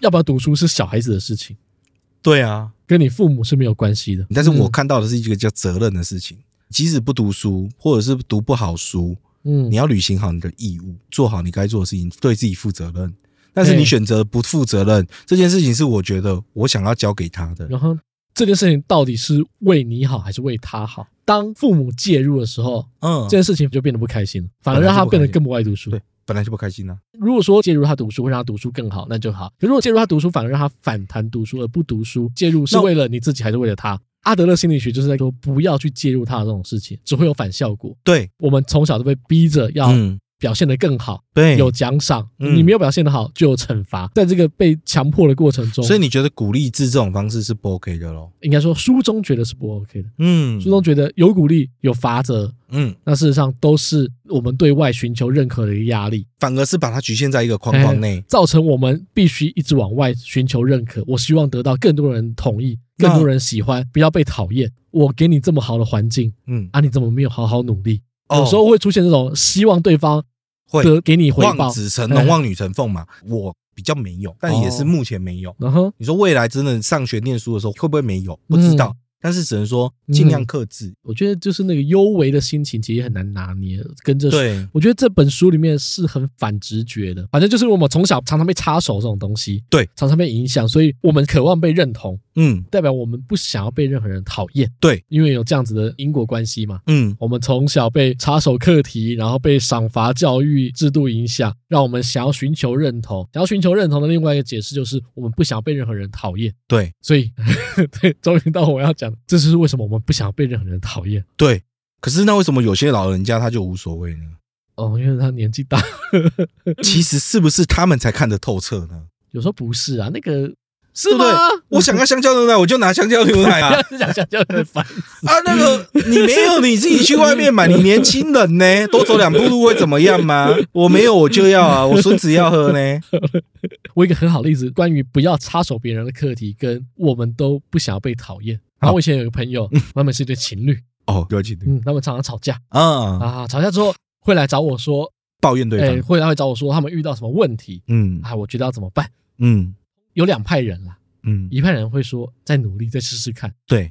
Speaker 1: 要不要读书是小孩子的事情，
Speaker 2: 对啊，
Speaker 1: 跟你父母是没有关系的。
Speaker 2: 但是我看到的是一个叫责任的事情。即使不读书，或者是读不好书，
Speaker 1: 嗯，
Speaker 2: 你要履行好你的义务，做好你该做的事情，对自己负责任。但是你
Speaker 1: 对
Speaker 2: 选择不负责任这件事情，是我觉得我想要交给他的。
Speaker 1: 然后这件事情到底是为你好还是为他好？当父母介入的时候，
Speaker 2: 嗯
Speaker 1: 这，件事情就变得不开心了，反而
Speaker 2: 本来
Speaker 1: 让他
Speaker 2: 就不开
Speaker 1: 变
Speaker 2: 心
Speaker 1: 得更不爱读书。
Speaker 2: 对，本来就不开心啊。
Speaker 1: 如果说介入他读书会让他读书更好，那就好；可如果介入他读书，反而让他反弹读书而不读书，介入是
Speaker 2: 那我
Speaker 1: 为了你自己还是为了他？阿德勒心理学就是在说，不要去介入他的这种事情，只会有反效果。
Speaker 2: 对，
Speaker 1: 我们从小都被逼着要
Speaker 2: 嗯，
Speaker 1: 表现得更好，
Speaker 2: 对，
Speaker 1: 有奖赏，
Speaker 2: 嗯
Speaker 1: 你没有表现得好就有惩罚。在这个被强迫的过程中，
Speaker 2: 所以你觉得鼓励制这种方式是不 OK 的咯？
Speaker 1: 应该说书中觉得是不 OK 的，
Speaker 2: 嗯
Speaker 1: 书中觉得有鼓励有罚则，
Speaker 2: 嗯，
Speaker 1: 那事实上都是我们对外寻求认可的一个压力。
Speaker 2: 反而是把它局限在一个框框内。
Speaker 1: 造成我们必须一直往外寻求认可。我希望得到更多人同意，
Speaker 2: 那
Speaker 1: 更多人喜欢，不要被讨厌。我给你这么好的环境
Speaker 2: 嗯，
Speaker 1: 啊，你怎么没有好好努力？
Speaker 2: 哦
Speaker 1: 有时候会出现这种希望对方
Speaker 2: 会
Speaker 1: 得给你回
Speaker 2: 望
Speaker 1: 报，
Speaker 2: 子成
Speaker 1: 哎
Speaker 2: 龙，望女成凤嘛。我比较没有，但也是
Speaker 1: 哦
Speaker 2: 目前没有。
Speaker 1: 然后
Speaker 2: 你说未来真的上学念书的时候会不会没
Speaker 1: 嗯
Speaker 2: 有？不知道，但是只能说尽量克制。
Speaker 1: 我觉得就是那个幽微的心情，其实也很难拿捏。跟着
Speaker 2: 对，
Speaker 1: 我觉得这本书里面是很反直觉的，反正就是我们从小常常被插手这种东西，
Speaker 2: 对，
Speaker 1: 常常被影响，所以我们渴望被认同，
Speaker 2: 嗯，
Speaker 1: 代表我们不想要被任何人讨厌。
Speaker 2: 对，
Speaker 1: 因为有这样子的因果关系嘛。
Speaker 2: 嗯，
Speaker 1: 我们从小被插手课题，然后被赏罚教育制度影响，让我们想要寻求认同。想要寻求认同的另外一个解释就是，我们不想被任何人讨厌。
Speaker 2: 对
Speaker 1: 所以， 对，终于到我要讲的，这就是为什么我们不想被任何人讨厌。
Speaker 2: 对。可是那为什么有些老人家他就无 所谓呢？
Speaker 1: 哦，因为他年纪大，
Speaker 2: 其实是不是他们才看得透彻呢？
Speaker 1: 有时候不是啊，那个是
Speaker 2: 对不
Speaker 1: 吗
Speaker 2: 对？我想要香蕉牛奶，我就拿香蕉牛奶啊！
Speaker 1: 不要讲讲讲很烦。
Speaker 2: 啊，那个你没有，你自己去外面买，你年轻人 呢，多走两步路会怎么样吗？我没有我就要 啊，我孙子要喝呢。
Speaker 1: 我有一个很好的例子，关于不要插手别人的课题，跟我们都不想要被讨厌。然后我以前有个朋友，他们是一对情侣，
Speaker 2: 哦，对不起，对不起
Speaker 1: 嗯，他们常常吵架
Speaker 2: 啊，
Speaker 1: 啊，吵架之后会来找我说，
Speaker 2: 抱怨对
Speaker 1: 哎，
Speaker 2: 方，
Speaker 1: 会来会找我说他们遇到什么问题，
Speaker 2: 嗯
Speaker 1: 啊，我觉得要怎么办？
Speaker 2: 嗯
Speaker 1: 有两派人啦，
Speaker 2: 嗯，
Speaker 1: 一派人会说再努力，再试试看。
Speaker 2: 对，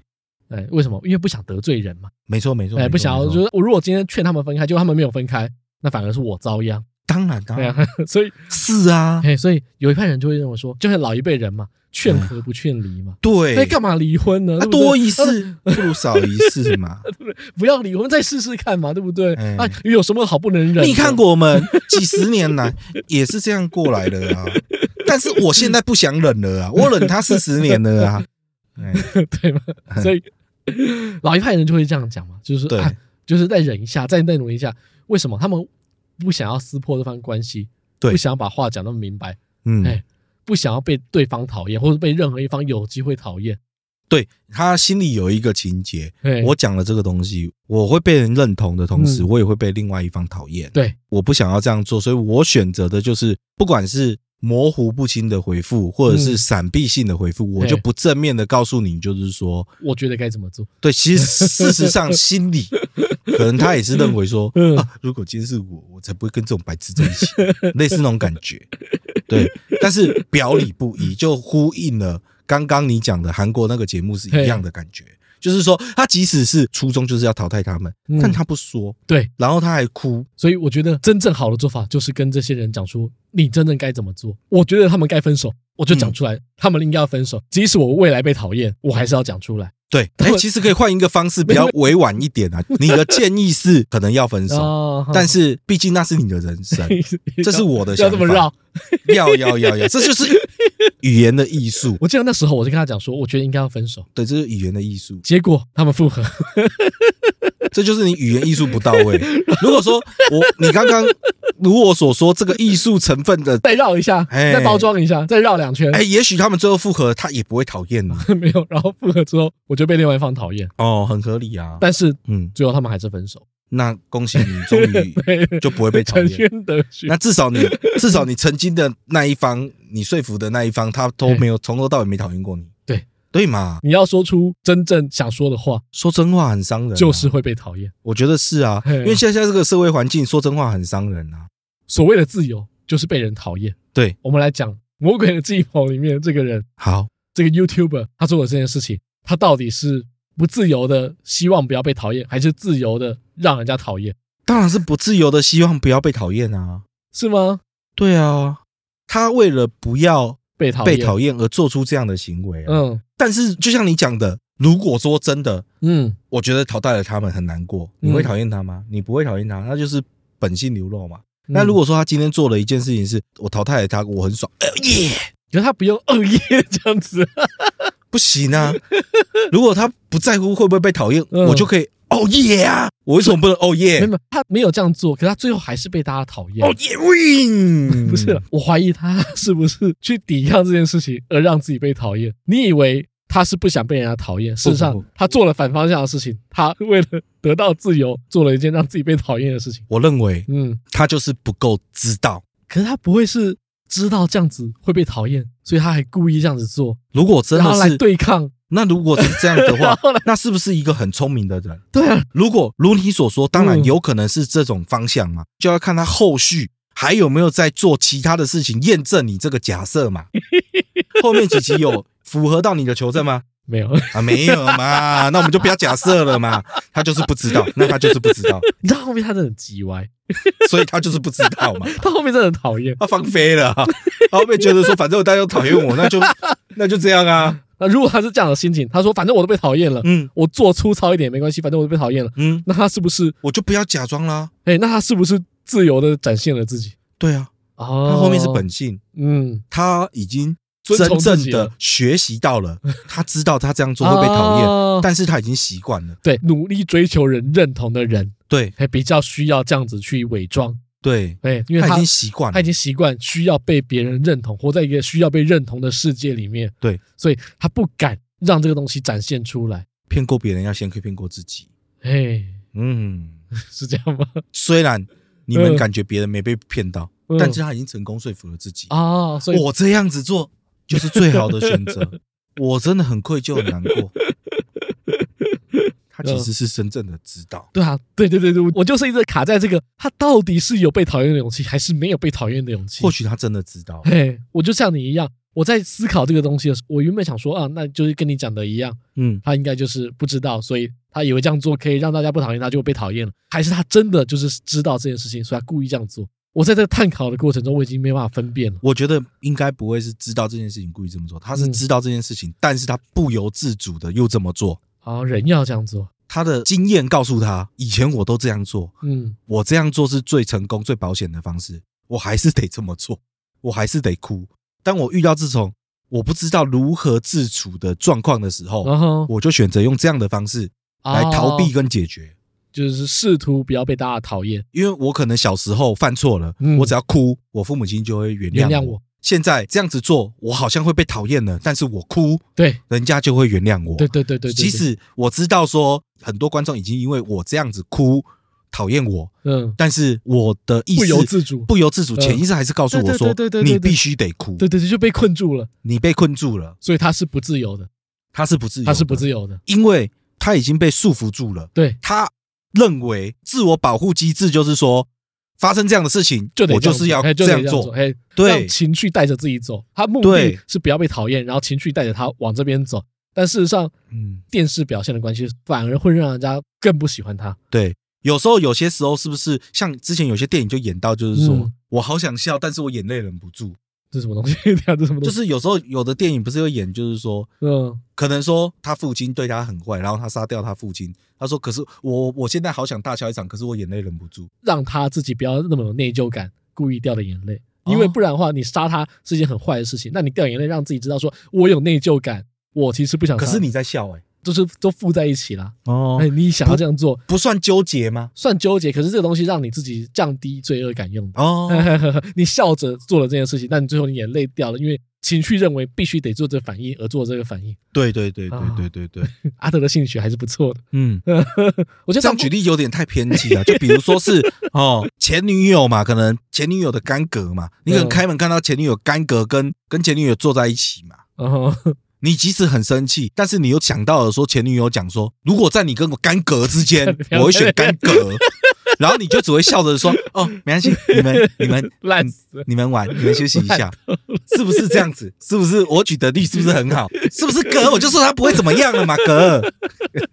Speaker 1: 哎，为什么？因为不想得罪人嘛。
Speaker 2: 没错没错，
Speaker 1: 哎，
Speaker 2: 没错
Speaker 1: 不想要，
Speaker 2: 没错
Speaker 1: 就是我如果今天劝他们分开，结果他们没有分开，那反而是我遭殃。
Speaker 2: 当然当
Speaker 1: 对啊
Speaker 2: 然，
Speaker 1: 所以
Speaker 2: 是啊，
Speaker 1: 哎，所以有一派人就会认为说，就是老一辈人嘛，劝和不劝离嘛。那
Speaker 2: 对，
Speaker 1: 哎干嘛离婚呢？
Speaker 2: 哎啊
Speaker 1: 对不对
Speaker 2: 多一事不如少一事 嘛。
Speaker 1: 不要离婚，再试试看嘛，对不对？
Speaker 2: 哎
Speaker 1: 啊，有什么好不能忍的？
Speaker 2: 你看过我们几十年来 也是这样过来的啊，但是我现在不想忍了啊，我忍他四十年了啊，哎
Speaker 1: 对吗？所以 老一派人就会这样讲嘛，就是
Speaker 2: 对
Speaker 1: 啊，就是再忍一下，再再努力一下。为什么他们不想要撕破这番关系？
Speaker 2: 对
Speaker 1: 不想要把话讲那么明白，
Speaker 2: 嗯
Speaker 1: 哎不想要被对方讨厌，或者被任何一方有机会讨厌。
Speaker 2: 对他心里有一个情节，
Speaker 1: 哎
Speaker 2: 我讲了这个东西，我会被人认同的同时，
Speaker 1: 嗯
Speaker 2: 我也会被另外一方讨厌。
Speaker 1: 对，
Speaker 2: 我不想要这样做，所以我选择的就是，不管是模糊不清的回复，或者是
Speaker 1: 嗯
Speaker 2: 闪避性的回复，我
Speaker 1: 对
Speaker 2: 就不正面的告诉你，就是说，
Speaker 1: 我觉得该怎么做？
Speaker 2: 对，其实事实上 心里可能他也是认为说，
Speaker 1: 嗯
Speaker 2: 啊，如果今天是我，我才不会跟这种白痴在一起，类似那种感觉。对，但是表里不一，就呼应了刚刚你讲的韩国那个节目是一样的感觉，就是说他即使是初衷就是要淘汰他们，
Speaker 1: 嗯
Speaker 2: 但他不说，
Speaker 1: 对，
Speaker 2: 然后他还哭，
Speaker 1: 所以我觉得真正好的做法就是跟这些人讲说，你真正该怎么做。我觉得他们该分手，我就讲出来，他们应该要分手。即使我未来被讨厌，我还是要讲出来。
Speaker 2: 对，
Speaker 1: 他
Speaker 2: 哎、
Speaker 1: 们
Speaker 2: 其实可以换一个 方式，比较委婉一点啊。你的建议是可能要分手，
Speaker 1: 哦
Speaker 2: 但是毕竟那是你的人 生，这是我的
Speaker 1: 要
Speaker 2: 想
Speaker 1: 这
Speaker 2: 法。
Speaker 1: 么绕。
Speaker 2: 要要要要，这就是语言的艺术。
Speaker 1: 我记得那时候我就跟他讲说，我觉得应该要分手。
Speaker 2: 对，这是语言的艺术，
Speaker 1: 结果他们复合，
Speaker 2: 这就是你语言艺术不到位。如果说我你刚刚 如我所说，这个艺术成分的，
Speaker 1: 再绕一下，
Speaker 2: 哎
Speaker 1: 再包装一下，再绕两圈，
Speaker 2: 哎、也许他们最后复合，他也不会讨厌你。
Speaker 1: 没有。然后复合之后，我就被另外一方讨厌，
Speaker 2: 哦，很合理啊。
Speaker 1: 但是
Speaker 2: 嗯，
Speaker 1: 最后他们还是分手，
Speaker 2: 那恭喜你，终于就不会被讨
Speaker 1: 沉
Speaker 2: 厌。
Speaker 1: 冤得雪
Speaker 2: 那。至少你至少你曾经的那一方，你说服的那一方，他都没有从头到尾没讨厌过你。
Speaker 1: 对
Speaker 2: 对嘛，
Speaker 1: 你要说出真正想说的话，
Speaker 2: 说真话很伤人、啊
Speaker 1: 就是，会被讨厌。
Speaker 2: 我觉得是啊，
Speaker 1: 嘿
Speaker 2: 因为现在这个社会环境，说真话很伤人啊。
Speaker 1: 所谓的自由就是被人讨厌。
Speaker 2: 对，
Speaker 1: 我们来讲《魔鬼的计谋》里面这个人，
Speaker 2: 好，
Speaker 1: 这个 YouTuber，他做的这件事情，他到底是不自由的，希望不要被讨厌，还是自由的让人家讨厌？
Speaker 2: 当然是不自由的，希望不要被讨厌啊。
Speaker 1: 是吗？
Speaker 2: 对啊，他为了不要
Speaker 1: 被讨
Speaker 2: 被
Speaker 1: 厌，
Speaker 2: 讨厌而做出这样的行为、啊。
Speaker 1: 嗯
Speaker 2: 但是就像你讲的，如果说真的，
Speaker 1: 嗯，
Speaker 2: 我觉得淘汰了他们很难过，你
Speaker 1: 嗯
Speaker 2: 会讨厌他吗？你不会讨厌他，那就是本性流露嘛。那
Speaker 1: 嗯
Speaker 2: 如果说他今天做了一件事情，是我淘汰了他，我很爽，哎呦耶，
Speaker 1: 可是他不用恶意这样子，
Speaker 2: 不行 啊！如果他不在乎会不会被讨厌，
Speaker 1: 嗯
Speaker 2: 我就可以哦耶啊！我为什么不能
Speaker 1: 没
Speaker 2: 哦
Speaker 1: 有
Speaker 2: 耶
Speaker 1: 没？有，他没有这样做，可他最后还是被大家讨厌。
Speaker 2: 哦耶 win！
Speaker 1: 不是啊啦，我怀疑他 是不是去抵抗这件事情而让自己被讨厌？你以为他是不想被人家讨厌，事实
Speaker 2: 不
Speaker 1: 上
Speaker 2: 不
Speaker 1: 他做了反方向的事情，他 为了得到自由，做了一件让自己被讨厌的事情。
Speaker 2: 我认为
Speaker 1: 嗯，
Speaker 2: 他就是不够知道。
Speaker 1: 可是他不会是知道这样子会被讨厌，所以他还故意这样子做，
Speaker 2: 如果真
Speaker 1: 然后
Speaker 2: 的
Speaker 1: 来
Speaker 2: 是
Speaker 1: 对抗。
Speaker 2: 那如果是这样的
Speaker 1: 然
Speaker 2: 话
Speaker 1: 后呢，
Speaker 2: 那是不是一个很聪明的人？
Speaker 1: 对啊，
Speaker 2: 如果如你所说，当然
Speaker 1: 嗯
Speaker 2: 有可能是这种方向嘛，就要看他后续还有没有在做其他的事情验证你这个假设 嘛。后面几集有符合到你的求证吗？
Speaker 1: 没有，
Speaker 2: 啊，没有嘛，那我们就不要假设了嘛。他就是不知道，那他就是不知道，
Speaker 1: 你知道后面他真的很叽歪，
Speaker 2: 所以他就是不知道嘛。
Speaker 1: 他后面真的很讨厌。
Speaker 2: 他放飞了、啊，然后被觉得说，反正我大家都讨厌我，那就那就这样啊。
Speaker 1: 那如果他是这样的心情，他说反正我都被讨厌了，
Speaker 2: 嗯
Speaker 1: 我做粗糙一点也没关系，反正我都被讨厌了。
Speaker 2: 嗯，
Speaker 1: 那他是不是？
Speaker 2: 我就不要假装啦。
Speaker 1: 哎、那他是不是自由的展现了自己？
Speaker 2: 对啊，
Speaker 1: 哦，
Speaker 2: 他后面是本性，
Speaker 1: 嗯，
Speaker 2: 他已经
Speaker 1: 遵
Speaker 2: 真
Speaker 1: 从自
Speaker 2: 正
Speaker 1: 己
Speaker 2: 的
Speaker 1: 了
Speaker 2: 学习 到了，他知道他这样做会被讨厌，
Speaker 1: 啊
Speaker 2: 但是他已经习惯了。
Speaker 1: 对，努力追求人认同的人，
Speaker 2: 对
Speaker 1: 还比较需要这样子去伪装，
Speaker 2: 对，
Speaker 1: 哎，因为
Speaker 2: 他已
Speaker 1: 他
Speaker 2: 经习惯
Speaker 1: 他
Speaker 2: 了
Speaker 1: 已。经习惯需要被别人认同，活在一个需要被认同的世界里面，
Speaker 2: 对，
Speaker 1: 所以他不敢让这个东西展现出来，
Speaker 2: 骗过别人要先可以骗过自己。
Speaker 1: 哎，
Speaker 2: 嗯，
Speaker 1: 是这样吗？
Speaker 2: 虽然你们
Speaker 1: 嗯
Speaker 2: 感觉别人没被骗到，
Speaker 1: 嗯
Speaker 2: 但是他已经成功说服了自己。
Speaker 1: 啊，所以
Speaker 2: 我这样子做就是最好的 选择。我真的很愧疚，很难过。他其实是真正的知道，
Speaker 1: 对啊，对对对对，我就是一直卡在这个，他到底是有被讨厌的勇气，还是没有被讨厌的勇气？
Speaker 2: 或许他真的知道。
Speaker 1: 嘿，我就像你一样，我在思考这个东西的时候，我原本想说啊，那就是跟你讲的一样，
Speaker 2: 嗯，
Speaker 1: 他应该就是不知道，所以他以为这样做可以让大家不讨厌他，就被讨厌了，还是他真的就是知道这件事情，所以他故意这样做？我在这个探讨的过程中，我已经没办法分辨了。
Speaker 2: 我觉得应该不会是知道这件事情故意这么做，他是
Speaker 1: 嗯
Speaker 2: 知道这件事情，但是他不由自主的又这么做。
Speaker 1: 啊，人要这样做，
Speaker 2: 他的经验告诉他，以前我都这样做，
Speaker 1: 嗯，
Speaker 2: 我这样做是最成功、最保险的方式，我还是得这么做，我还是得哭。当我遇到这种我不知道如何自处的状况的时候，
Speaker 1: 然后
Speaker 2: 我就选择用这样的方式哦来逃避
Speaker 1: 哦
Speaker 2: 跟解决。
Speaker 1: 就是试图不要被大家讨厌，
Speaker 2: 因为我可能小时候犯错了，
Speaker 1: 嗯
Speaker 2: 我只要哭，我父母亲就会原谅
Speaker 1: 原
Speaker 2: 我。
Speaker 1: 谅我。
Speaker 2: 现在这样子做，我好像会被讨厌了，但是我哭，
Speaker 1: 对，
Speaker 2: 人家就会原谅我。
Speaker 1: 对对对对对，
Speaker 2: 即
Speaker 1: 对
Speaker 2: 使我知道说很多观众已经因为我这样子哭讨厌我，
Speaker 1: 嗯，
Speaker 2: 但是我的意识
Speaker 1: 不由自主
Speaker 2: 不由自主，
Speaker 1: 嗯
Speaker 2: 潜意识还是告诉我说
Speaker 1: 对对对对，对
Speaker 2: 你
Speaker 1: 对
Speaker 2: 必须得哭，
Speaker 1: 对对对，就被困住了，
Speaker 2: 你被困住了，
Speaker 1: 所以他是不自由的，
Speaker 2: 他是不自由，
Speaker 1: 他是不自
Speaker 2: 由，
Speaker 1: 由的，
Speaker 2: 因为他已经被束缚住了。
Speaker 1: 对，
Speaker 2: 他认为自我保护机制就是说，发生这样的事情，
Speaker 1: 就得
Speaker 2: 我
Speaker 1: 这样
Speaker 2: 就是要
Speaker 1: 做哎就
Speaker 2: 这
Speaker 1: 得
Speaker 2: 样
Speaker 1: 这
Speaker 2: 做。
Speaker 1: 哎，
Speaker 2: 对
Speaker 1: 让情绪带着自己走，他目的
Speaker 2: 对
Speaker 1: 是不要被讨厌，然后情绪带着他往这边走，但事实上
Speaker 2: 嗯，
Speaker 1: 电视表现的关系，反而会让人家更不喜欢他。
Speaker 2: 对。有时候有些时候是不是像之前有些电影就演到，就是说、
Speaker 1: 嗯
Speaker 2: 我好想笑，但是我眼泪忍不住。
Speaker 1: 这是什么东西？ 对啊，这是什么
Speaker 2: 就
Speaker 1: 东西？
Speaker 2: 是有时候有的电影不是有演，就是说
Speaker 1: 嗯，
Speaker 2: 可能说他父亲对他很坏，然后他杀掉他父亲。他说：“可是我我现在好想大笑一场，可是我眼泪忍不住。
Speaker 1: 让他自己不要那么有内疚感，故意掉的眼泪，
Speaker 2: 哦
Speaker 1: 因为不然的话，你杀他是一件很坏的事情。那你掉眼泪，让自己知道说我有内疚感，我其实不想杀。
Speaker 2: 可是你在笑、欸，哎，
Speaker 1: 就是都附在一起啦。
Speaker 2: 哦
Speaker 1: 哎，你想要这样做，
Speaker 2: 不算纠结吗？
Speaker 1: 算纠结，可是这个东西让你自己降低罪恶感用的。
Speaker 2: 哦，
Speaker 1: 你笑着做了这件事情，但你最后你眼泪掉了，因为情绪认为必须得做这反应而做这个反应。
Speaker 2: 对对对
Speaker 1: 啊
Speaker 2: 对对对对，
Speaker 1: 阿德的性学还是不错的，
Speaker 2: 哦 嗯，
Speaker 1: 我觉得
Speaker 2: 这样
Speaker 1: 不
Speaker 2: 举例有点太偏激了。就比如说是哦，前女友嘛，可能前女友的干戈嘛，你可能
Speaker 1: 嗯
Speaker 2: 开门看到前女友干戈跟跟前女友坐在一起嘛。
Speaker 1: 哦，，
Speaker 2: 你即使很生气，但是你又想到了说前女友讲说，如果在你跟我干戈之间 我会选干戈， 然后你就只会笑着说，哦，没关系，你 们你们嗯
Speaker 1: 烂死了。
Speaker 2: 你们玩，你们休息一下，是不是这样子？是不是我举的例是不是很好？是不是哥？我就说他不会怎么样了嘛，哥。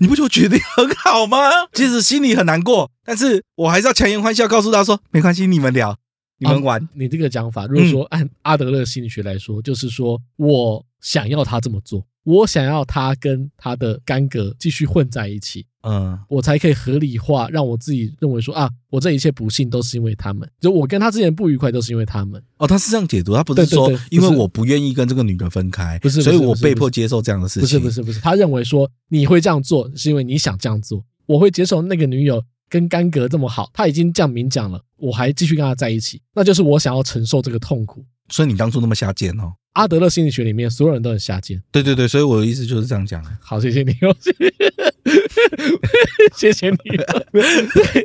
Speaker 2: 你不觉得我举得很好吗？其实心里很难过，但是我还是要强颜欢笑，告诉他说没关系，你们聊，你们玩。
Speaker 1: 啊
Speaker 2: 嗯
Speaker 1: 你这个讲法，如果说按阿德勒心理学来说，就是说我想要他这么做，我想要他跟他的干戈继续混在一起，
Speaker 2: 嗯
Speaker 1: 我才可以合理化，让我自己认为说啊，我这一切不幸都是因为他们，就我跟他之间的不愉快都是因为他们。
Speaker 2: 哦，他是这样解读，他不是
Speaker 1: 对对
Speaker 2: 说
Speaker 1: 对不是
Speaker 2: 因为我不愿意跟这个女的分开，
Speaker 1: 不是不是
Speaker 2: 所以
Speaker 1: 不
Speaker 2: 我
Speaker 1: 是
Speaker 2: 被
Speaker 1: 不
Speaker 2: 迫
Speaker 1: 是
Speaker 2: 接受这样的事
Speaker 1: 不是
Speaker 2: 情。
Speaker 1: 不是不是，他认为说你会这样做是因为你想这样做，我会接受那个女友跟干戈这么好，他已经这样明讲了，我还继续跟他在一起，那就是我想要承受这个痛苦。
Speaker 2: 所以你当初那么下贱哦。
Speaker 1: 阿德勒心理学里面所有人都很下贱。
Speaker 2: 对对对，所以我的意思就是这样讲。
Speaker 1: 好，谢谢你 哦，谢谢你哦。对，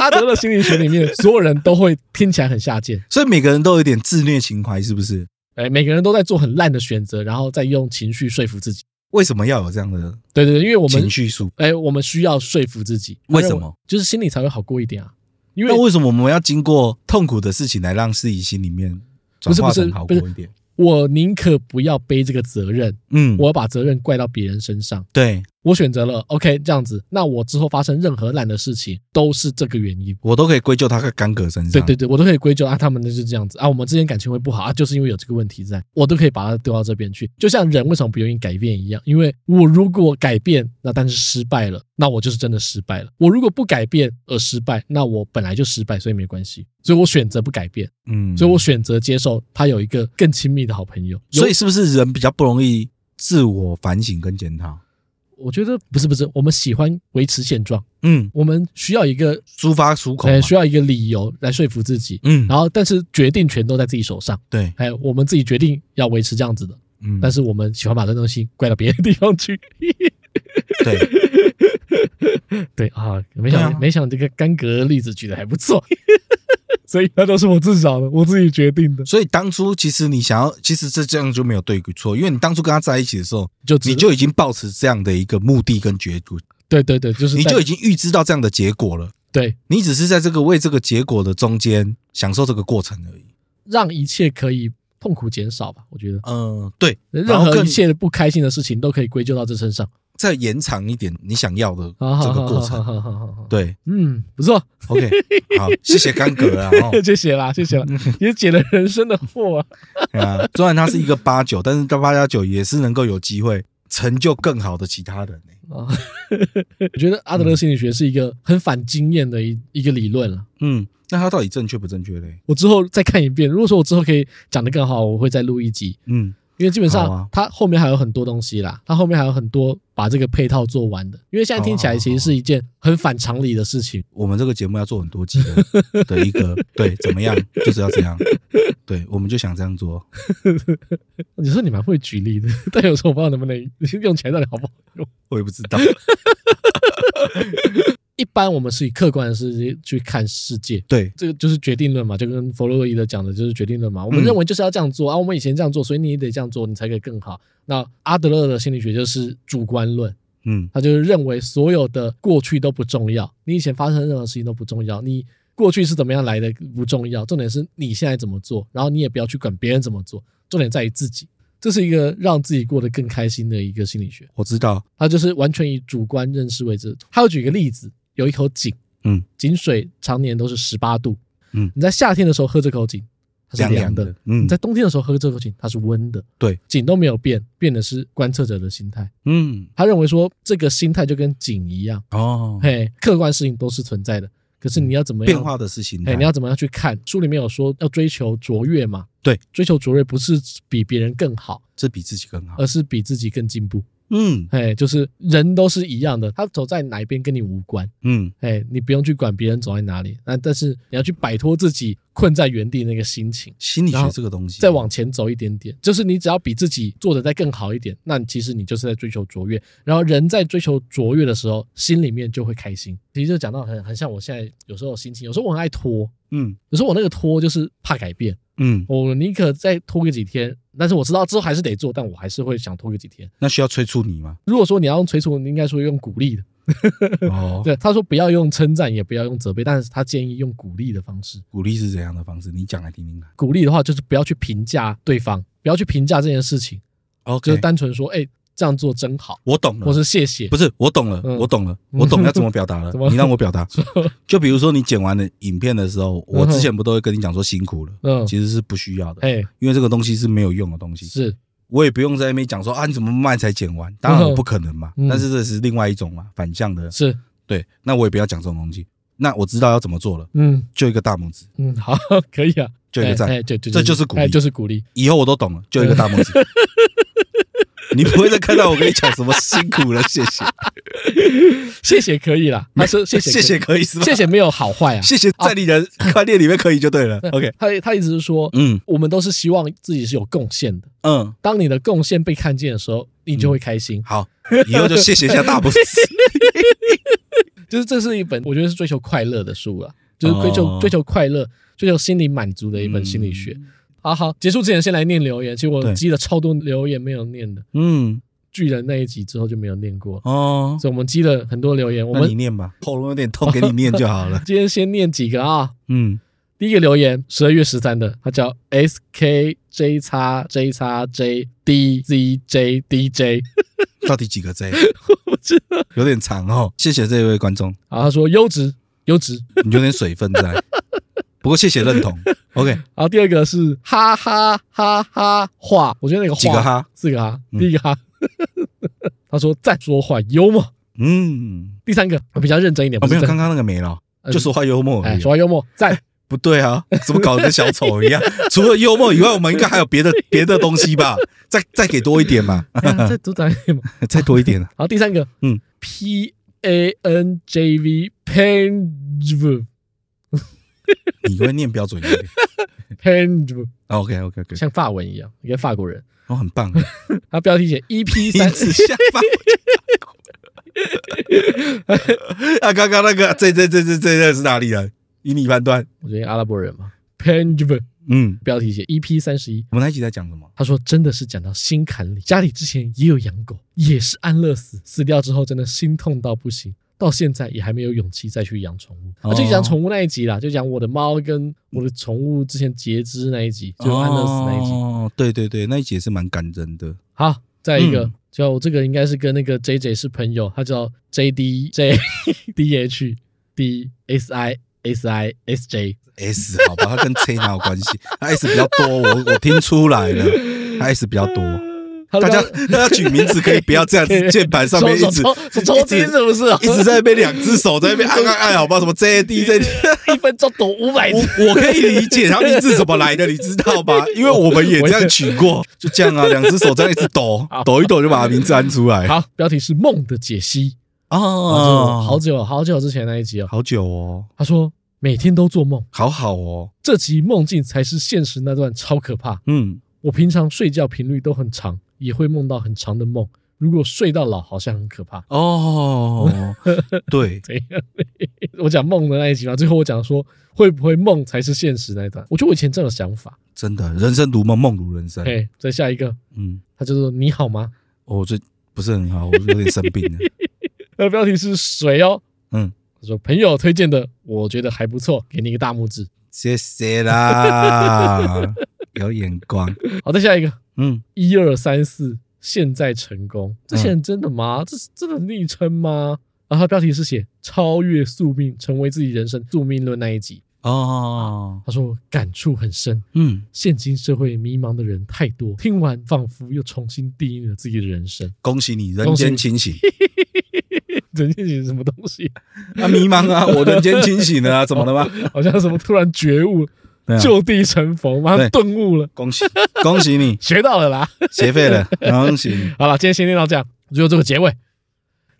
Speaker 1: 阿德勒心理学里面所有人都会听起来很下贱，
Speaker 2: 所以每个人都有一点自虐情怀，是不是？
Speaker 1: 哎，每个人都在做很烂的选择，然后再用情绪说服自己。
Speaker 2: 为什么要有这样的
Speaker 1: 对对对，因为我们
Speaker 2: 情绪束
Speaker 1: 哎，我们需要说服自己，
Speaker 2: 为什么？
Speaker 1: 就是心里才会好过一点啊。因为
Speaker 2: 那为什么我们要经过痛苦的事情来让自己心里面转化成好过一点？
Speaker 1: 我宁可不要背这个责任，
Speaker 2: 嗯，
Speaker 1: 我要把责任怪到别人身上。
Speaker 2: 对
Speaker 1: 我选择了 OK 这样子，那我之后发生任何烂的事情都是这个原因。
Speaker 2: 我都可以归咎他在干戈身上。
Speaker 1: 对对对，我都可以归咎啊，他们就是这样子啊，我们之间感情会不好啊，就是因为有这个问题在，我都可以把它丢到这边去。就像人为什么不愿意改变一样，因为我如果改变，那但是失败了，那我就是真的失败了。我如果不改变而失败，那我本来就失败，所以没关系。所以我选择不改变，
Speaker 2: 嗯，
Speaker 1: 所以我选择接受他有一个更亲密的好朋友。有
Speaker 2: 所以是不是人比较不容易自我反省跟检讨？
Speaker 1: 我觉得不是不是，我们喜欢维持现状，
Speaker 2: 嗯，
Speaker 1: 我们需要一个
Speaker 2: 抒发出口嘛，
Speaker 1: 呃需要一个理由来说服自己，
Speaker 2: 嗯，
Speaker 1: 然后但是决定权都在自己手上，
Speaker 2: 对，
Speaker 1: 哎，我们自己决定要维持这样子的，
Speaker 2: 嗯，
Speaker 1: 但是我们喜欢把这东西怪到别的地方去。
Speaker 2: 对，
Speaker 1: 对啊，没想、
Speaker 2: 对啊
Speaker 1: 没想这个干戈例子举的还不错， 所以那都是我自找的，我自己决定的，
Speaker 2: 所以当初其实你想要，其实这这样就没有对与错，因为你当初跟他在一起的时候，
Speaker 1: 就只
Speaker 2: 你就已经抱持这样的一个目的跟结果，
Speaker 1: 对对对，就是
Speaker 2: 你
Speaker 1: 在
Speaker 2: 就已经预知到这样的结果了，
Speaker 1: 对
Speaker 2: 你只是在这个为这个结果的中间享受这个过程而已。
Speaker 1: 让一切可以痛苦减少吧，我觉得
Speaker 2: 嗯，对，然
Speaker 1: 任
Speaker 2: 后
Speaker 1: 何
Speaker 2: 更
Speaker 1: 一切的不开心的事情都可以归咎到这身上。
Speaker 2: 再延长一点你想要的
Speaker 1: 啊，
Speaker 2: 这个过程。
Speaker 1: 好
Speaker 2: 哦
Speaker 1: 好好好好，
Speaker 2: 对
Speaker 1: 嗯，不错，
Speaker 2: ，OK，好，谢谢干戈啊。哦
Speaker 1: 谢谢啦，谢 谢啦，也解了人生的惑啊。
Speaker 2: 对啊，虽然他是一个八九，但是到八加九也是能够有机会成就更好的其他人、欸、
Speaker 1: 啊 我觉得阿德勒心理学是一个很反经验的一一个理论了。
Speaker 2: 嗯，那他到底正确不正确嘞？
Speaker 1: 我之后再看一遍，如果说我之后可以讲得更好，我会再录一集，
Speaker 2: 嗯，
Speaker 1: 因为基本
Speaker 2: 好
Speaker 1: 上
Speaker 2: 啊
Speaker 1: 它后面还有很多东西啦，它后面还有很多把这个配套做完的。因为现在
Speaker 2: 哦
Speaker 1: 听起来其实是一件很反常理的事情。
Speaker 2: 我们这个节目要做很多集 的的一个对，怎么样就是要这样，对，我们就想这样做。
Speaker 1: 你说你蛮会举例的， 但有时候我不知道能不能用起来到底好不好用。
Speaker 2: 我也不知道，
Speaker 1: 一般我们是以客观的世界去看世界，
Speaker 2: 对，
Speaker 1: 这个就是决定论嘛，就跟弗洛伊德讲的就是决定论嘛。我们认为就是要这样做、啊，我们以前这样做，所以你也得这样做，你才可以更好。那阿德勒的心理学就是主观论，
Speaker 2: 嗯
Speaker 1: 他就是认为所有的过去都不重要，你以前发生任何事情都不重要，你过去是怎么样来的不重要，重点是你现在怎么做，然后你也不要去管别人怎么做，重点在于自己。这是一个让自己过得更开心的一个心理学，
Speaker 2: 我知道，
Speaker 1: 它就是完全以主观认识为主。他要举一个例子，有一口井，
Speaker 2: 嗯，
Speaker 1: 井水常年都是十八度，
Speaker 2: 嗯
Speaker 1: 你在夏天的时候喝这口井，它是
Speaker 2: 凉
Speaker 1: 凉
Speaker 2: 凉
Speaker 1: 的；
Speaker 2: 的，嗯
Speaker 1: 你在冬天的时候喝这口井，它是温的。
Speaker 2: 对，
Speaker 1: 井都没有变，变的是观测者的心态。
Speaker 2: 嗯，
Speaker 1: 他认为说这个心态就跟井一样，
Speaker 2: 哦，
Speaker 1: 嘿，客观事情都是存在的，可是你要怎么样
Speaker 2: 嗯变化的嗯事情，
Speaker 1: 哎，你要怎么样去看？书里面有说要追求卓越嘛？
Speaker 2: 对，
Speaker 1: 追求卓越不是比别人更好，
Speaker 2: 这比自己更好
Speaker 1: 而，是比自己更进步。
Speaker 2: 嗯
Speaker 1: 哎，就是人都是一样的，他走在哪一边跟你无关。
Speaker 2: 嗯，
Speaker 1: 哎，你不用去管别人走在哪里，那但是你要去摆脱自己困在原地那个心情，
Speaker 2: 心理
Speaker 1: 然后
Speaker 2: 学这个东西，
Speaker 1: 再往前走一点点。就是你只要比自己做的再更好一点，那其实你就是在追求卓越。然后人在追求卓越的时候，心里面就会开心。其实就讲到很很像我现在有时候心情，有时候我很爱拖，
Speaker 2: 嗯
Speaker 1: 有时候我那个拖就是怕改变，
Speaker 2: 嗯，
Speaker 1: 我宁可再拖个几天，但是我知道之后还是得做，但我还是会想拖个几天。
Speaker 2: 那需要催促你 吗？
Speaker 1: 如果说你要用催促，你应该说用鼓励的。
Speaker 2: 哦，
Speaker 1: 对，他说不要用称赞，也不要用责备，但是他建议用鼓励的方式。
Speaker 2: 鼓励是怎样的方式？你讲来听听看。
Speaker 1: 鼓励的话，就是不要去评价对方，不要去评价这件事情，就
Speaker 2: OK，
Speaker 1: 是单纯说，哎、这样做真好，
Speaker 2: 我懂了
Speaker 1: 或。是谢谢。
Speaker 2: 不是，我懂了，
Speaker 1: 嗯
Speaker 2: 我懂了，我懂要怎么表达了
Speaker 1: 怎么。
Speaker 2: 你让我表达，就比如说你剪完了影片的时候，我之前不都会跟你讲说辛苦了，
Speaker 1: 嗯，
Speaker 2: 其实是不需要的，
Speaker 1: 哎，
Speaker 2: 因为这个东西是没有用的东西。
Speaker 1: 是，
Speaker 2: 我也不用在那边讲说啊，你怎么卖才剪完？当然我不可能嘛
Speaker 1: 嗯，
Speaker 2: 但是这是另外一种嘛，反向的。
Speaker 1: 是，
Speaker 2: 对，那我也不要讲这种东西。那我知道要怎么做了，
Speaker 1: 嗯
Speaker 2: 就一个大拇指，
Speaker 1: 嗯，好， 可以啊，
Speaker 2: 就一个赞
Speaker 1: 哎，哎对对，
Speaker 2: 这就是鼓励
Speaker 1: 哎就是鼓励。
Speaker 2: 以后我都懂了，就一个大拇指。 你不会再看到我跟你讲什么辛苦了，谢谢，
Speaker 1: 谢谢可以啦，他说 谢谢
Speaker 2: 谢 谢，可以是吧？
Speaker 1: 谢谢没有好坏啊。 嗯
Speaker 2: 谢谢，在你的观念里面可以就对了。OK，
Speaker 1: 他他一直是说，
Speaker 2: 嗯
Speaker 1: 我们都是希望自己是有贡献的。
Speaker 2: 嗯，
Speaker 1: 当你的贡献被看见的时候，你就会开心。
Speaker 2: 好，以后就谢谢一下大拇指。
Speaker 1: 就是这是一本我觉得是追求快乐的书了，就是追求、
Speaker 2: 哦嗯
Speaker 1: 追求快乐、追求心理满足的一本心理学。好好，结束之前先来念留言，其实我
Speaker 2: 对
Speaker 1: 记得超多留言没有念的，
Speaker 2: 嗯，
Speaker 1: 巨人那一集之后就没有念过，
Speaker 2: 哦，
Speaker 1: 所以我们积了很多留言。我
Speaker 2: 那你
Speaker 1: 们。
Speaker 2: 念吧，喉咙有点痛，给你念就好了
Speaker 1: 今天先念几个啊。
Speaker 2: 嗯，
Speaker 1: 第一个留言，十二月十三的，他叫 S K J 叉 J 叉 J D Z J D J，
Speaker 2: 到底几个 Z？
Speaker 1: 我知道。
Speaker 2: 有点长哦，谢谢这位观众，
Speaker 1: 啊，他说优质优质。
Speaker 2: 你有点水分在， 不过谢谢认同。OK，
Speaker 1: 然后第二个是哈哈哈哈话，我觉得那个话
Speaker 2: 几个哈，
Speaker 1: 四个哈，
Speaker 2: 嗯
Speaker 1: 第一个哈， 他说再说话幽默。
Speaker 2: 嗯，
Speaker 1: 第三个我比较认真一点，
Speaker 2: 哦，
Speaker 1: 不是
Speaker 2: 没有，
Speaker 1: 真
Speaker 2: 刚刚那个没了，
Speaker 1: 呃
Speaker 2: 就说话幽默而
Speaker 1: 哎，
Speaker 2: 已。啊
Speaker 1: 说话幽默 赞。
Speaker 2: 不对啊，怎么搞得跟小丑一样？ 除了幽默以外，我们应该还有 别的别的东西吧？再再给多一点嘛，
Speaker 1: 哎呀再多讲一点嘛。
Speaker 2: 再多一点啊。
Speaker 1: 然后第三个，
Speaker 2: 嗯
Speaker 1: ，P A N J V Panjv
Speaker 2: 你会念标 准音。
Speaker 1: Panjv，
Speaker 2: OK OK OK，
Speaker 1: 像法文一样，你看法国人。
Speaker 2: 哦，很棒，
Speaker 1: 他标题写 EP
Speaker 2: 一
Speaker 1: 三，
Speaker 2: 直下巴。 啊，刚刚那个这这这这这这是哪里人？以你判断。
Speaker 1: 我觉得阿拉伯人嘛。Panjv
Speaker 2: 嗯，
Speaker 1: 标题写 EP 三十一，
Speaker 2: 我们那一集在讲什么？
Speaker 1: 他说真的是讲到心坎里，家里之前也有养狗，也是安乐死，死掉之后真的心痛到不行，到现在也还没有勇气再去养宠物。
Speaker 2: 哦
Speaker 1: 啊，就讲宠物那一集啦，就讲我的猫跟我的宠物之前截肢那一集，就安乐死那一集。
Speaker 2: 哦，对对对，那一集也是蛮感人的。
Speaker 1: 好，再一个、
Speaker 2: 嗯
Speaker 1: 叫这个应该是跟那个 J J 是朋友，他叫 J D J D H D S I S I S J。
Speaker 2: S 好吧，它跟 C 哪有关系？ 它 S 比较多，我我听出来了，它 S 比较多。
Speaker 1: 他
Speaker 2: 哦
Speaker 1: 的
Speaker 2: 大
Speaker 1: 标
Speaker 2: 家大家举名字可以不要这样 子，键盘上面一直
Speaker 1: 手手抽
Speaker 2: 一
Speaker 1: 筋
Speaker 2: 直
Speaker 1: 是不是啊？
Speaker 2: 一直在那边两只手在那边按按按，好吧？什么 JD 这
Speaker 1: 一分钟抖五百次。
Speaker 2: 我我 可以理解他名字怎么来的，你知道吧？因为我们也这样举过，就这样啊，两只手这样一直抖
Speaker 1: 好，
Speaker 2: 抖一抖就把名字按出来。
Speaker 1: 好，标题是梦的解析
Speaker 2: 哎哦
Speaker 1: 啊，好久好久之前那一集哦。
Speaker 2: 好久哦，
Speaker 1: 他说每天都做梦，
Speaker 2: 好好哦，
Speaker 1: 这集梦境才是现实那段超可怕。
Speaker 2: 嗯，
Speaker 1: 我平常睡觉频率都很长，也会梦到很长的梦，如果睡到老好像很可怕。
Speaker 2: 哦， 对，
Speaker 1: 怎样？我讲梦的那一集嘛，最后我讲说会不会梦才是现实那一段。我觉得我以前这样的想法。
Speaker 2: 真的，人生如梦，梦如人生。
Speaker 1: 哎，再下一个，
Speaker 2: 嗯，哦
Speaker 1: 他就说你好吗？
Speaker 2: 我最不是很好，我有点生病 了。
Speaker 1: 他的标题是谁哦？
Speaker 2: 嗯，
Speaker 1: 他说朋友推荐的，我觉得还不错，给你一个大拇指。
Speaker 2: 谢谢啦，有眼光。
Speaker 1: 好，再下一个，
Speaker 2: 嗯，
Speaker 1: 一二三四，现在成功，这些人真的吗？这是真的昵称吗？然后他标题是写“超越宿命，成为自己人生宿命论”那一集，
Speaker 2: 哦，
Speaker 1: 他说感触很深，
Speaker 2: 嗯，
Speaker 1: 现今社会迷茫的人太多，听完仿佛又重新定义了自己的人生。
Speaker 2: 恭喜你人间清醒。
Speaker 1: 人间是什么东西？
Speaker 2: 啊，迷茫啊，我人间清醒了啊，怎么了吗？
Speaker 1: 好像什么突然觉悟，
Speaker 2: 对啊
Speaker 1: 就地成佛，马上
Speaker 2: 对
Speaker 1: 顿悟了，
Speaker 2: 恭喜 恭喜你
Speaker 1: 学到了啦。
Speaker 2: 学废 了，恭喜你。
Speaker 1: 好了，今天先念到这样，只有这个结尾。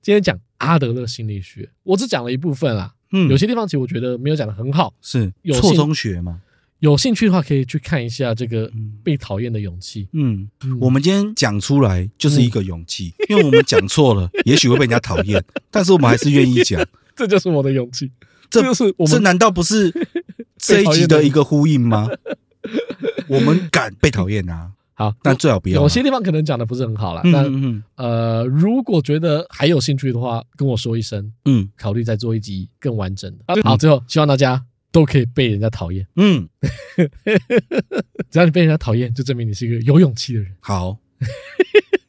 Speaker 1: 今天讲阿德勒心理学，我只讲了一部分啦。
Speaker 2: 嗯，
Speaker 1: 有些地方其实我觉得没有讲的很好，
Speaker 2: 是
Speaker 1: 有
Speaker 2: 错
Speaker 1: 幸
Speaker 2: 中学嘛？
Speaker 1: 有兴趣的话可以去看一下这个
Speaker 2: 嗯
Speaker 1: 被讨厌的勇气。
Speaker 2: 嗯，
Speaker 1: 嗯
Speaker 2: 我们今天讲出来就是一个 勇气，因为我们讲错了，也许会被人家讨厌，但是我们还是愿意讲。
Speaker 1: 这就是我的勇气，
Speaker 2: 这
Speaker 1: 就是我
Speaker 2: 这
Speaker 1: 们
Speaker 2: 难道不 是这一集的一个呼应吗？我们敢被讨厌啊，
Speaker 1: 好。
Speaker 2: 但最好不要啊。
Speaker 1: 有些地方可能讲的不是很好啦，
Speaker 2: 嗯
Speaker 1: 但
Speaker 2: 嗯嗯
Speaker 1: 呃，如果觉得还有兴趣的话，跟我说一声，
Speaker 2: 嗯
Speaker 1: 考虑再做一集更完整的。好，最后希望大家都可以被人家讨厌，
Speaker 2: 嗯，
Speaker 1: 只要你被人家讨厌，就证明你是一个有勇气的人，
Speaker 2: 好。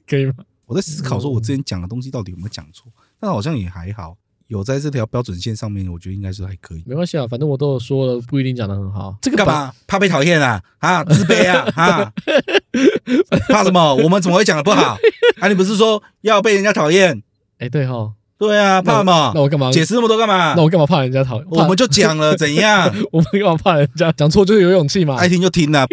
Speaker 1: 可以吗？
Speaker 2: 我在思考说，我之前讲的东西到底有没有讲错？但好像也还好，有在这条标准线上面，我觉得应该是还可以。
Speaker 1: 没关系啊，反正我都有说了，不一定讲的很好。这个
Speaker 2: 干
Speaker 1: 版？
Speaker 2: 嘛怕被讨厌啊？啊，自卑啊？ 啊，怕什么？我们怎么会讲的不好？啊，你不是说要被人家讨厌？
Speaker 1: 哎，对哈，
Speaker 2: 对啊，
Speaker 1: 那
Speaker 2: 怕
Speaker 1: 我
Speaker 2: 嘛
Speaker 1: 那？我干嘛？
Speaker 2: 解释那么多干嘛
Speaker 1: 那？我干嘛怕人家讨厌？
Speaker 2: 我
Speaker 1: 怕
Speaker 2: 们就讲了，怎样？
Speaker 1: 我们干嘛怕人家讲错就是有勇气嘛？
Speaker 2: 爱听就听啊！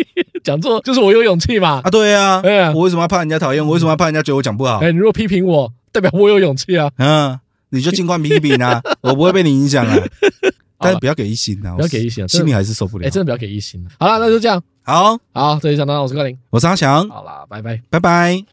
Speaker 1: 讲错就是我有勇气嘛？
Speaker 2: 啊，对啊
Speaker 1: 哎呀，
Speaker 2: 我为什么要怕人家讨厌？我为什么要怕人家觉得我讲不好
Speaker 1: 哎、？你如果批评我，代表我有勇气啊！
Speaker 2: 嗯，你就尽管比一比 啊，我不会被你影响啊。但是不要给一星啊，
Speaker 1: 不要给一星啊
Speaker 2: 我
Speaker 1: 真的
Speaker 2: 心里还是受不
Speaker 1: 哎、
Speaker 2: 了。
Speaker 1: 真的不要给一星了。好了，那就这样。
Speaker 2: 好，
Speaker 1: 好，这里讲到这，我是高林。
Speaker 2: 我是阿翔，
Speaker 1: 好啦，拜拜。
Speaker 2: 拜拜。